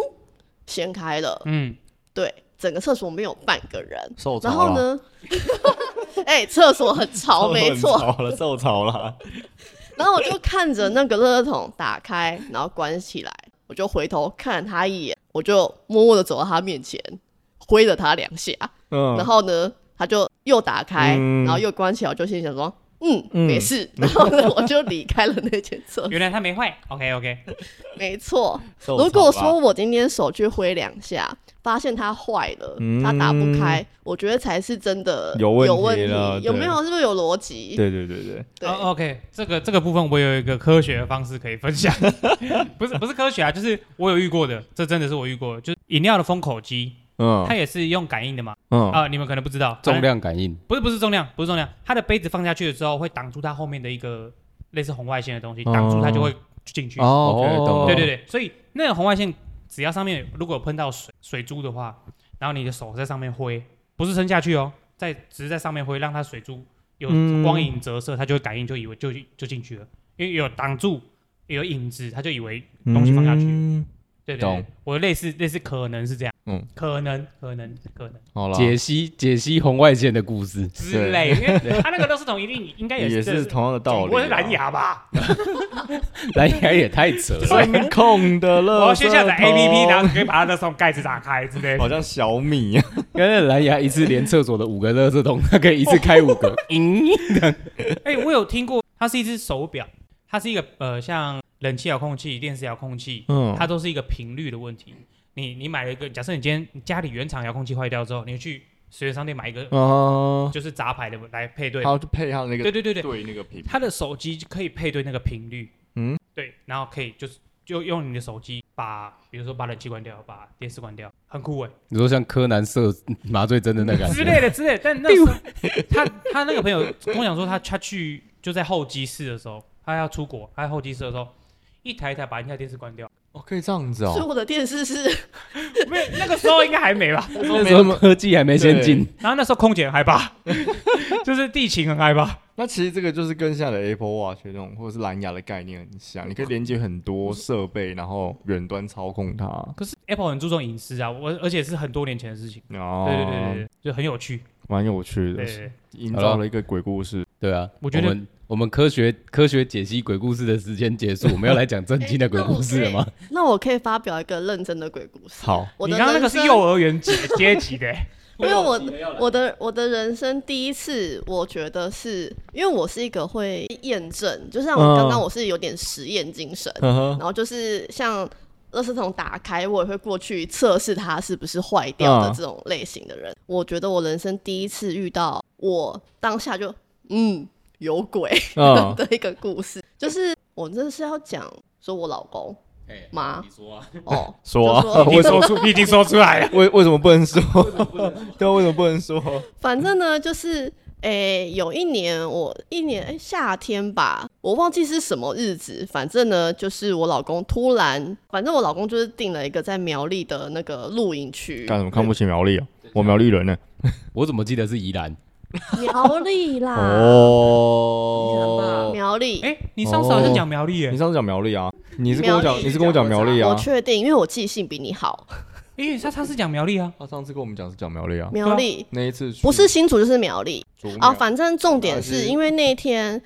Speaker 1: 掀开了，
Speaker 3: 嗯，
Speaker 1: 对，整个厕所没有半个人。
Speaker 4: 受潮
Speaker 1: 然
Speaker 4: 了
Speaker 1: 后？ 呢，哎、厕所很潮， 没错。
Speaker 4: 受潮了，受潮 了。
Speaker 1: 然后我就看着那个垃圾桶打开，然后关起来，我就回头看了他一眼，我就默默的走到他面前，挥了他两下，
Speaker 4: 嗯，
Speaker 1: 然后呢，他就又打开，
Speaker 4: 嗯
Speaker 1: 然后又关起来，我就心里想说。嗯，
Speaker 4: 嗯
Speaker 1: 没事。然后呢，我就离开了那间厕所。
Speaker 3: 原来他没坏。OK OK，
Speaker 1: 没错，
Speaker 4: 受潮
Speaker 1: 如果
Speaker 4: 了
Speaker 1: 说我今天手去挥两下，发现它坏了，它打不开，我觉得才是真的
Speaker 4: 嗯有问
Speaker 1: 问
Speaker 4: 题
Speaker 1: 题。
Speaker 4: 了
Speaker 1: 有没
Speaker 4: 对
Speaker 1: 有？是不是有逻辑？
Speaker 4: 对对对对，
Speaker 1: 对，
Speaker 3: 哦 OK，这个这个部分我有一个科学的方式可以 分享， 不是不是科学啊，就是我有遇过的，这真的是我遇过的，就是饮料的封口机，
Speaker 4: 嗯
Speaker 3: 它也是用感应的嘛。
Speaker 4: 嗯，
Speaker 3: 啊，你们可能不知道，
Speaker 2: 重量感应，
Speaker 3: 不是不是重量，不是重量，它的杯子放下去的时候会挡住它后面的一个类似红外线的东西，
Speaker 4: 哦
Speaker 3: 挡住它就会进
Speaker 2: 哦
Speaker 3: 去。
Speaker 4: OK，懂了
Speaker 3: 对对对，所以那个红外线只要上面如果有喷到水水珠的话，然后你的手在上面挥，不是伸下去哦，在只是在上面挥，让它水珠有
Speaker 4: 嗯
Speaker 3: 光影折射，它就会感应，就以为就就进去了，因为有挡住，也有影子，它就以为东西放下去
Speaker 4: 嗯
Speaker 3: 对对
Speaker 4: 懂
Speaker 3: 对，我类似类似可能是这样，
Speaker 4: 嗯
Speaker 3: 嗯，可能可能可能
Speaker 4: 好了，
Speaker 2: 解析解析红外线的故事，
Speaker 3: 之 类，因为它那个都是从一定应该
Speaker 4: 也
Speaker 3: 是
Speaker 4: 是
Speaker 3: 这
Speaker 4: 同样的道理啊。
Speaker 3: 我是蓝牙吧，
Speaker 2: 蓝牙也太扯了。
Speaker 4: 声控的
Speaker 3: 我
Speaker 4: 了，
Speaker 3: 要先下载 APP，然后你可以把它的从盖子打开之类的
Speaker 4: 好。像小 米啊，
Speaker 2: 刚才蓝牙一次连厕所的五个垃圾桶，它可以一次开五 个。嗯咦，
Speaker 3: 哎、我有听过，它是一只手表，它是一个呃，像冷气遥控器、电视遥控器，
Speaker 4: 嗯
Speaker 3: 它都是一个频率的问题。你你买了一个，假设你今天你家里原厂遥控器坏掉之后，你去实验商店买一个
Speaker 4: 啊，
Speaker 3: 就是杂牌的来配对，
Speaker 4: 它就配上那个
Speaker 3: 对对对对，
Speaker 4: 对那个屏，
Speaker 3: 它的手机可以配对那个频率，
Speaker 4: 嗯，
Speaker 3: 对，然后可以就是就用你的手机把，比如说把冷气关掉，把电视关掉，很酷哎、
Speaker 2: 你说像柯南射麻醉针的那感
Speaker 3: 之
Speaker 2: 觉，
Speaker 3: 类的之 类的。但那时候他他那个朋友跟我讲说他，他去就在候机室的时候，他要出国，他在候机室的时候，一台一台把人家电视关掉。
Speaker 4: 哦，可以这样子
Speaker 1: 所以
Speaker 4: 哦，
Speaker 1: 我的电视是
Speaker 3: 没有，那个时候应该还没吧。
Speaker 2: 那时候科技还没先进，
Speaker 3: 然后那时候空姐很害怕， 就是地勤很害怕。
Speaker 4: 那其实这个就是跟现在的 Apple Watch 那种或者是蓝牙的概念很像，你可以连接很
Speaker 3: 嗯
Speaker 4: 多设备，然后远端操控它。
Speaker 3: 可是 Apple 很注重隐私啊，我而且是很多年前的事情。
Speaker 4: 哦
Speaker 3: 对对对对，对，就很有趣。
Speaker 4: 蛮有趣
Speaker 3: 对
Speaker 4: 的
Speaker 3: 对，对
Speaker 4: 营造了一个鬼故事。
Speaker 2: 对啊。
Speaker 3: 我觉得
Speaker 2: 们我们科学科学解析鬼故事的时间结束，我们要来讲正经的鬼故事了吗？
Speaker 1: 那我可以发表一个认真的鬼故事。
Speaker 4: 好，
Speaker 1: 我
Speaker 3: 你
Speaker 1: 的
Speaker 3: 刚刚那个
Speaker 1: 人
Speaker 3: 是
Speaker 1: 生，
Speaker 3: 幼儿园阶阶级 的欸，
Speaker 1: 因为我我的我的人生第一次，我觉得是因为我是一个会验证，就像我刚刚
Speaker 4: 嗯
Speaker 1: 我是有点实验精神，
Speaker 4: 呵呵
Speaker 3: 嗯
Speaker 1: 然后就是像垃圾桶打开，我也会过去测试它是不是坏掉的
Speaker 4: 嗯
Speaker 1: 这种类型的人。我觉得我人生第一次遇到，我当下就嗯有鬼
Speaker 3: 啊
Speaker 4: 嗯，
Speaker 1: 的一个故事，就是我真的是要讲说我老公
Speaker 2: 哎
Speaker 1: 妈
Speaker 2: 说啊，
Speaker 1: 哦，
Speaker 4: 说啊
Speaker 1: 就说
Speaker 3: 你已经说出，你已经说出 来了。
Speaker 4: 为为什么不能说？ 对啊，为什么不能说？
Speaker 1: 反正呢，就是诶、有一年我一年诶、夏天吧，我忘记是什么日子，反正呢，就是我老公突然，反正我老公就是订了一个在苗栗的那个露营区，
Speaker 4: 干什么看不起苗栗啊？我苗栗人呢？
Speaker 2: 我怎么记得是宜兰？
Speaker 1: 苗栗
Speaker 4: 啊
Speaker 1: 啦，
Speaker 4: 哦，
Speaker 1: 苗栗。
Speaker 3: 哎，你上次好像
Speaker 4: 哦
Speaker 3: 讲苗栗耶
Speaker 4: 你，上次讲苗栗啊？你是跟我讲，
Speaker 1: 苗栗
Speaker 4: 你是跟我讲苗栗
Speaker 1: 我
Speaker 4: 啊？
Speaker 1: 确定，因为我记性比你好。
Speaker 3: 因为他上次讲苗栗啊。
Speaker 4: 他上次跟我们讲是讲苗哦栗啊，
Speaker 1: 苗栗
Speaker 4: 那一次去
Speaker 1: 不是新竹就是苗栗
Speaker 4: 竹苗
Speaker 1: 啊，反正重点
Speaker 4: 苗
Speaker 1: 啊是
Speaker 4: 栗
Speaker 1: 因为那天，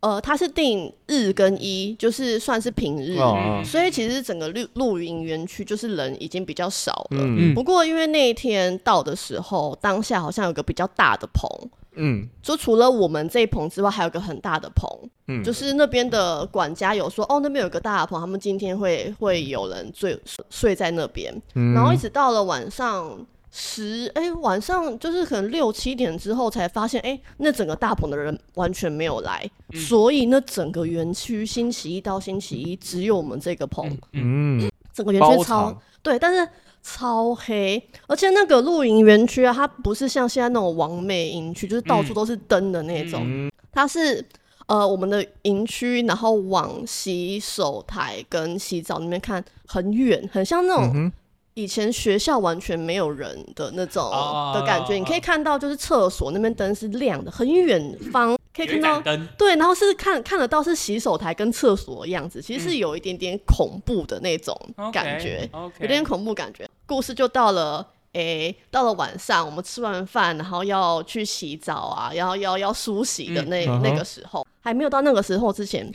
Speaker 1: 呃，他是定日跟一，就是算是平日，
Speaker 4: 哦
Speaker 1: 所以其实整个露露营园区就是人已经比较少了。
Speaker 4: 嗯
Speaker 1: 不过因为那一天到的时候，当下好像有个比较大的棚，
Speaker 4: 嗯
Speaker 1: 就除了我们这一棚之外，还有个很大的棚，
Speaker 4: 嗯，
Speaker 1: 就是那边的管家有说，哦，那边有个大的棚，他们今天会会有人睡睡在那边，
Speaker 4: 嗯
Speaker 1: 然后一直到了晚上。十哎、晚上就是可能六七点之后才发现，哎、那整个大棚的人完全没有来，
Speaker 4: 嗯
Speaker 1: 所以那整个园区星期一到星期一只有我们这个棚，
Speaker 3: 嗯嗯，
Speaker 4: 嗯
Speaker 1: 整个园
Speaker 4: 包
Speaker 1: 区超
Speaker 4: 场
Speaker 1: 对，但是超黑，而且那个露营园区啊，它不是像现在那种完美营区，就是到处
Speaker 3: 嗯
Speaker 1: 都是灯的那种，
Speaker 4: 嗯
Speaker 1: 它是呃我们的营区，然后往洗手台跟洗澡那边看很远，很像那
Speaker 4: 嗯
Speaker 1: 种
Speaker 4: 哼
Speaker 1: 以前学校完全没有人的那种
Speaker 3: 哦
Speaker 1: 的感觉。你可以看到，就是厕所那边灯是亮的，很远方可以
Speaker 3: 有一
Speaker 1: 看到
Speaker 3: 盏。灯，
Speaker 1: 对，然后是看看得到是洗手台跟厕所的样子，其实是
Speaker 3: 嗯
Speaker 1: 有一点点恐怖的那种感觉。有点恐怖感觉。故事就到了，诶、到了晚上，我们吃完饭，然后要去洗澡啊，要要要梳洗的那、
Speaker 4: 嗯嗯哼
Speaker 1: 那个时候，还没有到那个时候之前，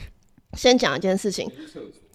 Speaker 1: 先讲一件事情。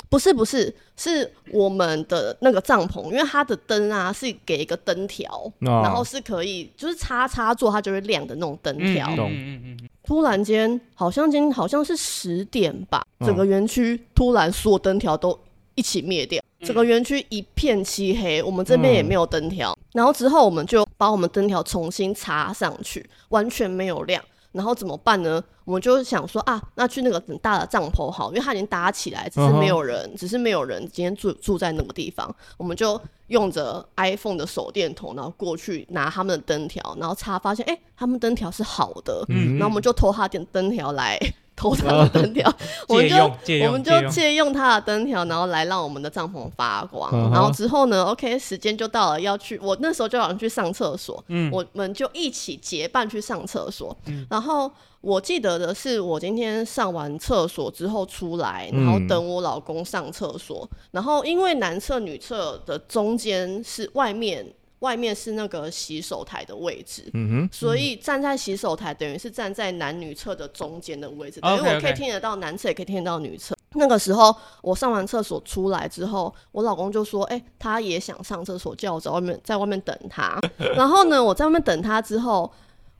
Speaker 1: 不是不是，是我们的那个帐篷，因为它的灯啊是给一个灯条，
Speaker 4: 啊
Speaker 1: 然后是可以就是插插座它就会亮的那种灯条。
Speaker 3: 嗯
Speaker 4: 懂
Speaker 3: 嗯嗯
Speaker 1: 突然间，好像今天好像是十点吧，
Speaker 4: 嗯
Speaker 1: 整个园区突然所有灯条都一起灭掉，
Speaker 3: 嗯
Speaker 1: 整个园区一片漆黑，我们这边也没有灯条。然后之后我们就把我们灯条重新插上去，完全没有亮。然后怎么办呢？我们就想说啊，那去那个很大的帐篷好，因为它已经搭起来，只是没有人，只是没有人今天住住在那个地方。我们就用着 iPhone 的手电筒，然后过去拿他们的灯条，然后插，发现哎、诶他们灯条是好的，
Speaker 4: 嗯
Speaker 1: 然后我们就偷他点灯条来。偷他的灯 条，我们
Speaker 3: 啊借
Speaker 1: 就
Speaker 3: 用借
Speaker 1: 我
Speaker 3: 用
Speaker 1: 们
Speaker 3: 借
Speaker 1: 就
Speaker 3: 用，
Speaker 1: 借用他的灯条，然后来让我们的帐篷发光。
Speaker 4: 嗯哼
Speaker 1: 然后之后呢，OK，时间就到了，要去。我那时候就好像去上厕所，
Speaker 3: 嗯
Speaker 1: 我们就一起结伴去上厕所。
Speaker 3: 嗯
Speaker 1: 然后我记得的是，我今天上完厕所之后出来，
Speaker 4: 嗯
Speaker 1: 然后等我老公上厕所。然后因为男厕女厕的中间是外面，外面是那个洗手台的位置。
Speaker 4: 嗯
Speaker 1: 所以站在洗手台，等于是站在男女厕的中间的位置，等于
Speaker 3: OK，
Speaker 1: 我可以
Speaker 3: OK
Speaker 1: 听得到男厕，也可以听得到女厕。那个时候我上完厕所出来之后，我老公就说：“哎、他也想上厕所，叫我在外面在外面等 他。”然后呢，我在外面等他之后，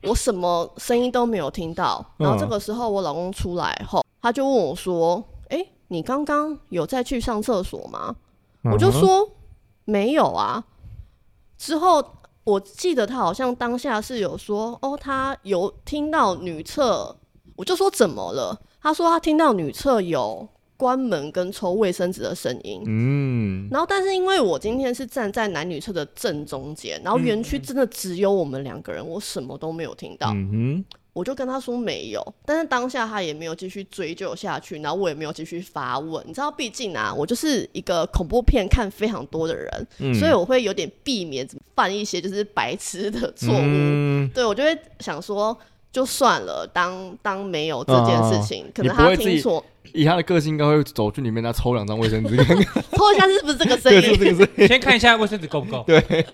Speaker 1: 我什么声音都没有听到。
Speaker 4: 嗯
Speaker 1: 然后这个时候我老公出来后，他就问我说：“哎、你刚刚有再去上厕所吗？”
Speaker 4: 嗯哼，
Speaker 1: 我就说没有啊。之后我记得他好像当下是有说，哦，他有听到女厕，我就说怎么了？他说他听到女厕有关门跟抽卫生纸的声音。
Speaker 4: 嗯，
Speaker 1: 然后，但是因为我今天是站在男女厕的正中间，
Speaker 4: 嗯
Speaker 1: 然后园区真的只有我们两个人，我什么都没有听到，
Speaker 4: 嗯
Speaker 1: 我就跟他说没有。但是当下他也没有继续追究下去，然后我也没有继续发问。你知道，毕竟啊，我就是一个恐怖片看非常多的人，
Speaker 4: 哼，
Speaker 1: 所以我会有点避免犯一些就是白痴的错误。
Speaker 4: 嗯
Speaker 1: 对我就会想说，就算了，当当没有这件事情，可
Speaker 4: 嗯你
Speaker 1: 能
Speaker 4: 不
Speaker 1: 他
Speaker 4: 会自
Speaker 1: 听
Speaker 4: 己
Speaker 1: 错，
Speaker 4: 以他的个性，应该会走去里面，他抽两张卫生纸，看看
Speaker 1: 抽一下是不是这个声
Speaker 4: 对，是
Speaker 1: 音？
Speaker 4: 这个是，
Speaker 3: 先看一下卫生纸够不 够。对，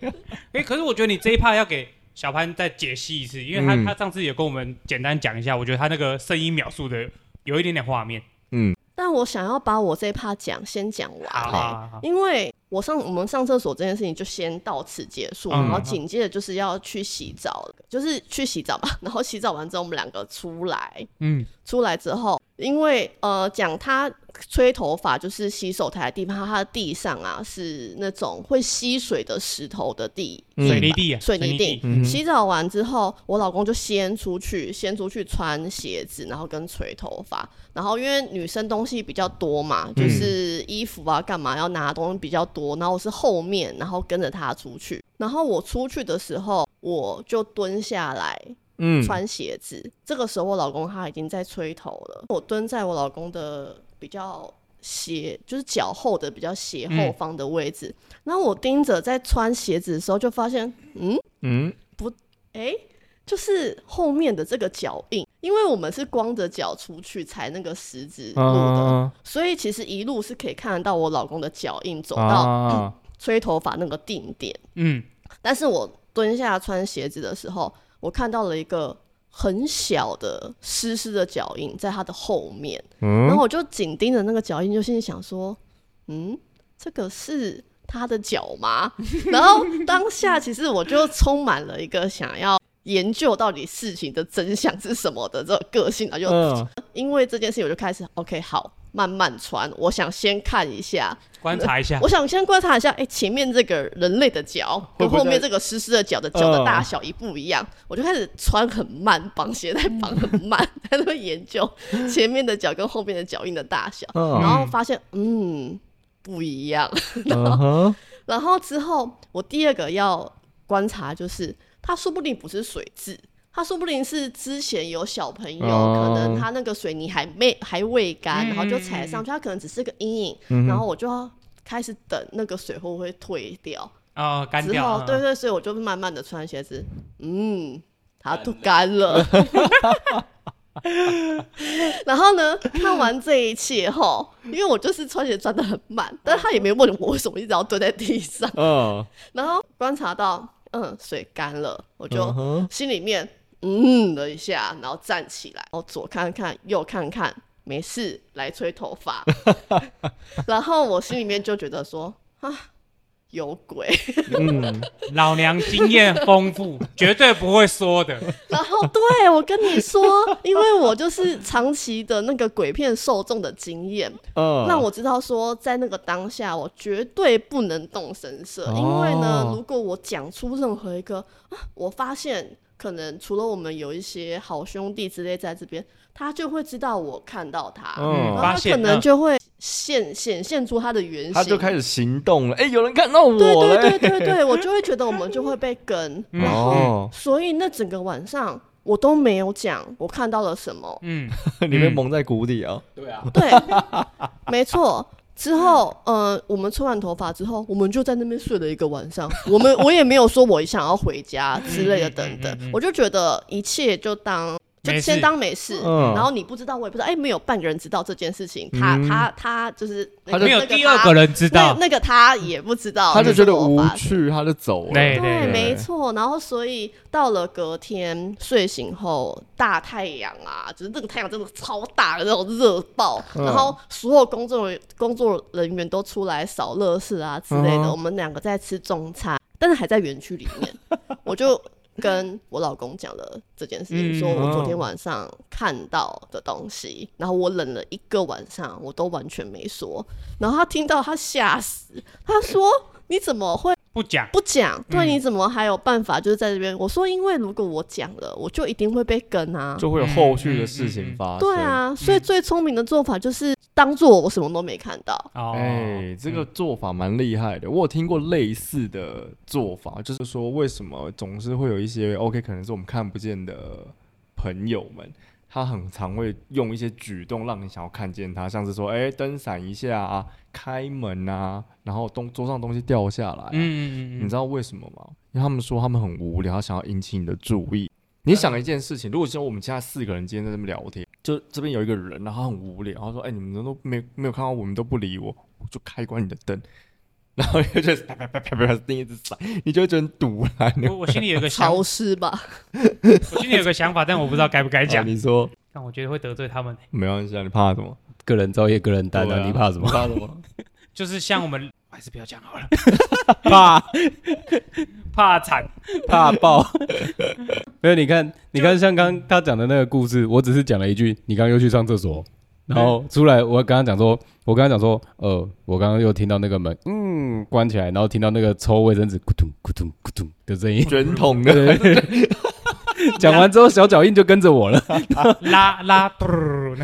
Speaker 3: 哎，可是我觉得你这一趴要给小潘再解析一次，因为他
Speaker 4: 嗯
Speaker 3: 他上次也跟我们简单讲一下，我觉得他那个声音描述的有一点点画面。
Speaker 4: 嗯
Speaker 1: 但我想要把我这一趴讲先讲完、
Speaker 3: 好好好好
Speaker 1: 因为我上我们上厕所这件事情就先到此结束，
Speaker 3: 嗯
Speaker 1: 然后紧接着就是要去洗澡了，就是去洗澡嘛。 然后洗澡完之后，我们两个出来，
Speaker 3: 嗯，
Speaker 1: 出来之后，因为呃讲他吹头发就是洗手台的地方，它的地上啊是那种会吸水的石头的地，
Speaker 4: 嗯
Speaker 3: 水泥地啊，
Speaker 1: 水泥地
Speaker 3: 地。
Speaker 4: 嗯
Speaker 1: 洗澡完之后，我老公就先出去，先出去穿鞋子，然后跟吹头发。然后因为女生东西比较多嘛，就是衣服啊干嘛要拿的东西比较多，然后我是后面，然后跟着他出去。然后我出去的时候，我就蹲下来
Speaker 4: 嗯，
Speaker 1: 穿鞋子。这个时候我老公他已经在吹头了，我蹲在我老公的比较斜，就是脚后的比较斜后
Speaker 3: 嗯
Speaker 1: 方的位置。然后我盯着在穿鞋子的时候，就发现，嗯，
Speaker 4: 嗯
Speaker 1: 哎、就是后面的这个脚印，因为我们是光着脚出去踩那个石子路的，
Speaker 4: 啊
Speaker 1: 所以其实一路是可以看得到我老公的脚印走到
Speaker 4: 啊，
Speaker 1: 吹头发那个定点。
Speaker 3: 嗯，
Speaker 1: 但是我蹲下穿鞋子的时候，我看到了一个很小的湿湿的脚印在他的后面，然
Speaker 4: 嗯
Speaker 1: 后我就紧盯着那个脚印，就心里想说，嗯，这个是他的脚吗？ 然后当下其实我就充满了一个想要。研究到底事情的真相是什么的这个个性啊，就
Speaker 4: 嗯，
Speaker 1: 因为这件事情我就开始 OK 好慢慢穿，我想先看一下，
Speaker 3: 观察一下
Speaker 1: 我，想先观察一下，哎、前面这个人类的脚
Speaker 4: 会
Speaker 1: 跟
Speaker 4: 不会
Speaker 1: 后面
Speaker 4: 在
Speaker 1: 这个湿湿的脚的脚的
Speaker 4: 嗯
Speaker 1: 大小一不一样，我就开始穿很慢，绑鞋带绑很慢， 在那边研究前面的脚跟后面的脚印的大小，然
Speaker 4: 嗯
Speaker 1: 后发现嗯不一样。
Speaker 4: 嗯哼，
Speaker 1: 然后之后我第二个要观察就是，它说不定不是水渍。它说不定是之前有小朋友，
Speaker 4: 哦
Speaker 1: 可能他那个水泥还没还未干，
Speaker 3: 嗯
Speaker 1: 然后就踩上去，它可能只是个阴影，
Speaker 4: 嗯哼
Speaker 1: 然后我就要开始等那个水会不会退掉，
Speaker 3: 啊，干
Speaker 1: 之
Speaker 3: 掉
Speaker 1: 后，，对
Speaker 3: 嗯，
Speaker 1: 对，所以我就慢慢的穿鞋子，嗯，它都干了。 然后呢，看完这一切后，因为我就是穿鞋穿的很慢，但他也没问我为什么一直要蹲在地上，
Speaker 4: 嗯
Speaker 1: 然后观察到，嗯，水干了，我 就
Speaker 4: 嗯哼，
Speaker 1: 心里面嗯了一下，然后站起来，我左看看，右看看，没事，来吹头 发。然后我心里面就觉得说啊，有鬼。
Speaker 4: 嗯，
Speaker 3: 老娘经验丰富，绝对不会说的。
Speaker 1: 然后对我跟你说，因为我就是长期的那个鬼片受众的经验，
Speaker 4: 嗯，
Speaker 1: 让我知道说，在那个当下，我绝对不能动声色，
Speaker 4: 哦
Speaker 1: 因为呢，如果我讲出任何一个，啊我发现可能除了我们有一些好兄弟之类在这边，他就会知道我看到他，
Speaker 4: 嗯
Speaker 1: 然后
Speaker 3: 发
Speaker 1: 他
Speaker 3: 现
Speaker 1: 可能
Speaker 3: 嗯
Speaker 1: 就会现显现出他的原型，
Speaker 4: 他就开始行动了。哎，有人看到我
Speaker 1: 对
Speaker 4: 了哎
Speaker 1: 对，对对对，我就会觉得我们就会被跟，
Speaker 3: 嗯。
Speaker 1: 然后
Speaker 4: 哦
Speaker 1: 所以那整个晚上，我都没有讲我看到了什么
Speaker 3: 嗯，
Speaker 4: 你被蒙在鼓里啊！
Speaker 2: 对啊，
Speaker 1: 对，没错。之后，呃，我们吹完头发之后，我们就在那边睡了一个晚上。我们我也没有说我想要回家之类的等
Speaker 3: 嗯嗯嗯嗯
Speaker 1: 等，我就觉得一切就当就
Speaker 3: 没事
Speaker 1: 先当没事。
Speaker 4: 嗯
Speaker 1: 然后你不知道，我也不知道，哎，没有半个人知道这件事情。他
Speaker 4: 嗯
Speaker 1: 他他就是那
Speaker 4: 他
Speaker 1: 个
Speaker 4: 就
Speaker 3: 没有
Speaker 1: 那
Speaker 3: 第二
Speaker 1: 他
Speaker 3: 个人知道，
Speaker 1: 那那个他也不知道，
Speaker 4: 他就觉得
Speaker 1: 哦是我
Speaker 4: 无
Speaker 1: 发
Speaker 4: 趣，他就走了。
Speaker 3: 对
Speaker 1: 对，
Speaker 3: 对
Speaker 1: 没错。然后所以到了隔天睡醒后，大太阳啊，就是那个太阳真的超大的那种热爆，
Speaker 4: 嗯
Speaker 1: 然后所有工作人工作人员都出来扫乐事啊之类的。
Speaker 4: 嗯
Speaker 1: 我们两个在吃中餐，但是还在园区里面，我就。跟我老公讲了这件事情，
Speaker 3: 嗯
Speaker 1: 说我昨
Speaker 4: 哦
Speaker 1: 天晚上看到的东西，然后我忍了一个晚上，我都完全没说。然后他听到，他吓死，他说：“你怎么会
Speaker 3: 不讲，
Speaker 1: 不讲，对
Speaker 3: 嗯
Speaker 1: 你怎么还有办法？就是在这边，我说，因为如果我讲了，我就一定会被跟啊。
Speaker 4: 就嗯会有后续的事情发生。
Speaker 1: 对，啊，所以最聪明的做法就是当做我什么都没看到。
Speaker 3: 哦，
Speaker 4: 哎，这个做法蛮厉害的。我有听过类似的做法，就是说为什么总是会有一些 OK，可能是我们看不见的朋友们。他很常会用一些举动让你想要看见他，像是说，哎、灯闪一下啊，开门啊，然后东桌上东西掉下来啊、
Speaker 3: 嗯嗯嗯
Speaker 4: 你
Speaker 3: 嗯
Speaker 4: 知道为什么吗？因为他们说他们很无聊，他想要引起你的注意。你
Speaker 2: 嗯
Speaker 4: 想一件事情，如果像我们家四个人今天在这边聊天，就这边有一个人，然后他很无聊，他说：“哎、你们都没没有看到我们都不理我，我就开关你的灯。”然后就开始啪啪啪啪啪那一直闪，你就会觉得很堵啊！你
Speaker 3: 嗯，我我心里有一个想，
Speaker 1: 潮
Speaker 3: 我
Speaker 1: 湿 吧，
Speaker 3: 心里有一个想法，但我不知道该不
Speaker 2: 哎
Speaker 3: 该
Speaker 4: 啊
Speaker 3: 讲，
Speaker 4: 你说
Speaker 3: 但我觉得会得罪他们。欸
Speaker 4: 没关系啊，你怕什么？
Speaker 2: 个人造业，个人担
Speaker 4: 对
Speaker 2: 啊，
Speaker 4: 啊
Speaker 2: 你怕什么？
Speaker 4: 怕什么？，
Speaker 3: 就是像我们 还是不要讲好了，
Speaker 2: 怕
Speaker 3: 怕惨。
Speaker 2: 怕爆。 没有，你看，你看，像刚刚他讲的那个故事，我只是讲了一句，你刚刚又去上厕所，然后出来，我刚刚讲说，我刚刚讲说，呃，我刚刚又听到那个门，嗯，关起来，然后听到那个抽卫生纸咕咚咕咚咕咚的声音
Speaker 4: 卷筒的，
Speaker 2: 讲完之后，小脚印就跟着我了。
Speaker 3: 拉拉嘟噜，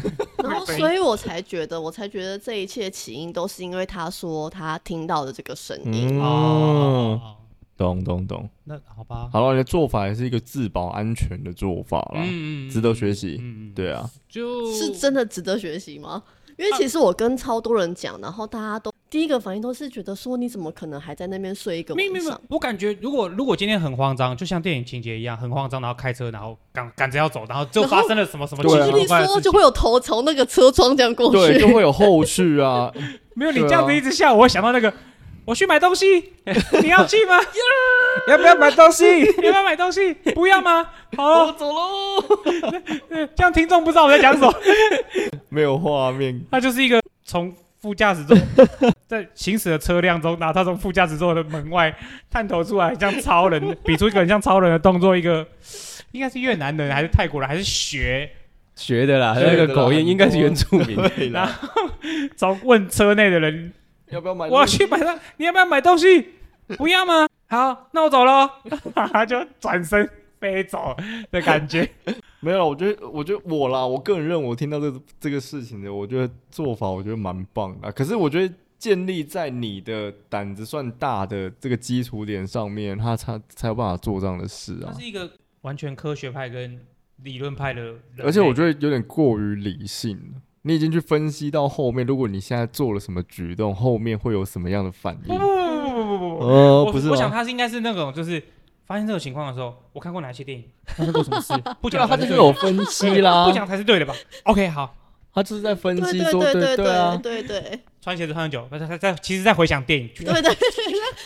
Speaker 1: 然后所以我才觉得，我才觉得这一切起因都是因为他说他听到的这个声音。
Speaker 4: 嗯，
Speaker 3: 哦，
Speaker 4: 懂懂懂。
Speaker 3: 那好吧，
Speaker 4: 好了，你的做法也是一个自保安全的做法啦，
Speaker 3: 嗯
Speaker 4: 值得学习。
Speaker 3: 嗯，
Speaker 4: 对啊，
Speaker 3: 就是
Speaker 1: 是真的值得学习吗？因为其实我跟超多人讲，然后大家都第一个反应都是觉得说，你怎么可能还在那边睡一个
Speaker 3: 没有没
Speaker 1: 晚
Speaker 3: 有没有
Speaker 1: 上？，
Speaker 3: 我感觉如果如果今天很慌张，就像电影情节一样，很慌张，然后开车，然后赶赶着要走，然后就
Speaker 1: 然后
Speaker 3: 发生了什么什么
Speaker 4: 对
Speaker 3: 奇
Speaker 4: 啊
Speaker 3: 奇
Speaker 1: 你
Speaker 3: 怪怪的
Speaker 1: 说
Speaker 3: 事
Speaker 1: 就
Speaker 3: 情，
Speaker 1: 会有头从那个车窗这样过
Speaker 4: 对，
Speaker 1: 去
Speaker 4: 就，会有后续啊。
Speaker 3: 没有你
Speaker 4: 对啊
Speaker 3: 这样子一直笑我，我会想到那个。我去买东西，你要去吗？ 要不要买 东西？要不要买东西？不要吗？好，嗯
Speaker 4: 走喽，
Speaker 3: 这样听众不知道我在讲什么。
Speaker 4: 没有画面，
Speaker 3: 他就是一个从副驾驶座在行驶的车辆中，然后他从副驾驶座的门外探头出来，像超人，比出一个很像超人的动作，一个应该是越南人还是泰国人还是学，
Speaker 2: 学的啦，
Speaker 4: 学的啦
Speaker 2: 那个口音应该是原住民。
Speaker 4: 对
Speaker 3: 啦 从问车内的人，
Speaker 4: 要不要买
Speaker 3: 我要去买他，你要不要买东西？不要吗？好，那我走了，他就转身飞走的感觉。
Speaker 4: 没有啦，我觉得，我觉得我啦，我个人认为，我听到这这个事情的，我觉得做法，我觉得蛮棒的啊。可是我觉得建立在你的胆子算大的这个基础点上面，他才才有办法做这样的事
Speaker 3: 他
Speaker 4: 啊。
Speaker 3: 是一个完全科学派跟理论派的人类，
Speaker 4: 而且我觉得有点过于理性了。你已经去分析到后面，如果你现在做了什么举动，后面会有什么样的反
Speaker 3: 不
Speaker 4: 应？
Speaker 3: 不不不不不哦不，
Speaker 4: 呃
Speaker 3: 我我想他是应该是那种就是发现这种情况的时候，我看过哪些电 影，发生过什么事，不
Speaker 4: 对啊，
Speaker 3: 讲
Speaker 4: 他
Speaker 3: 才
Speaker 4: 就是是
Speaker 3: 对的
Speaker 4: 有分析啦
Speaker 3: 不，讲才是对的吧？OK，好，
Speaker 4: 他就是在分
Speaker 1: 对
Speaker 4: 析
Speaker 1: 对
Speaker 4: 说，
Speaker 1: 对
Speaker 4: 对
Speaker 1: 对
Speaker 4: 对啊，
Speaker 1: 对对
Speaker 3: 穿鞋子穿很久，不是他在其实在回想电 影，
Speaker 1: 对对，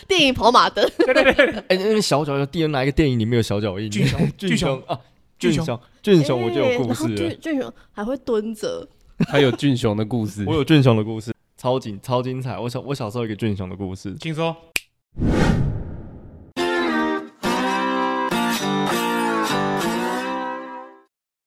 Speaker 1: 电影《跑马灯》
Speaker 3: 对对对，
Speaker 4: 哎、那边小脚印，第哪一个电影里面有小脚印？
Speaker 3: 巨熊
Speaker 4: 俊
Speaker 3: 巨
Speaker 4: 雄
Speaker 3: 熊
Speaker 4: 啊，
Speaker 3: 巨
Speaker 4: 俊
Speaker 3: 熊
Speaker 4: 雄，俊
Speaker 1: 哎，
Speaker 4: 雄，我就有故事
Speaker 1: 然后
Speaker 4: 了
Speaker 1: 俊俊雄还会蹲着，
Speaker 2: 还有俊雄的故事
Speaker 4: 我，有俊雄的故事，超精超精彩。我小我小时候有一个俊雄的故事，
Speaker 3: 请说。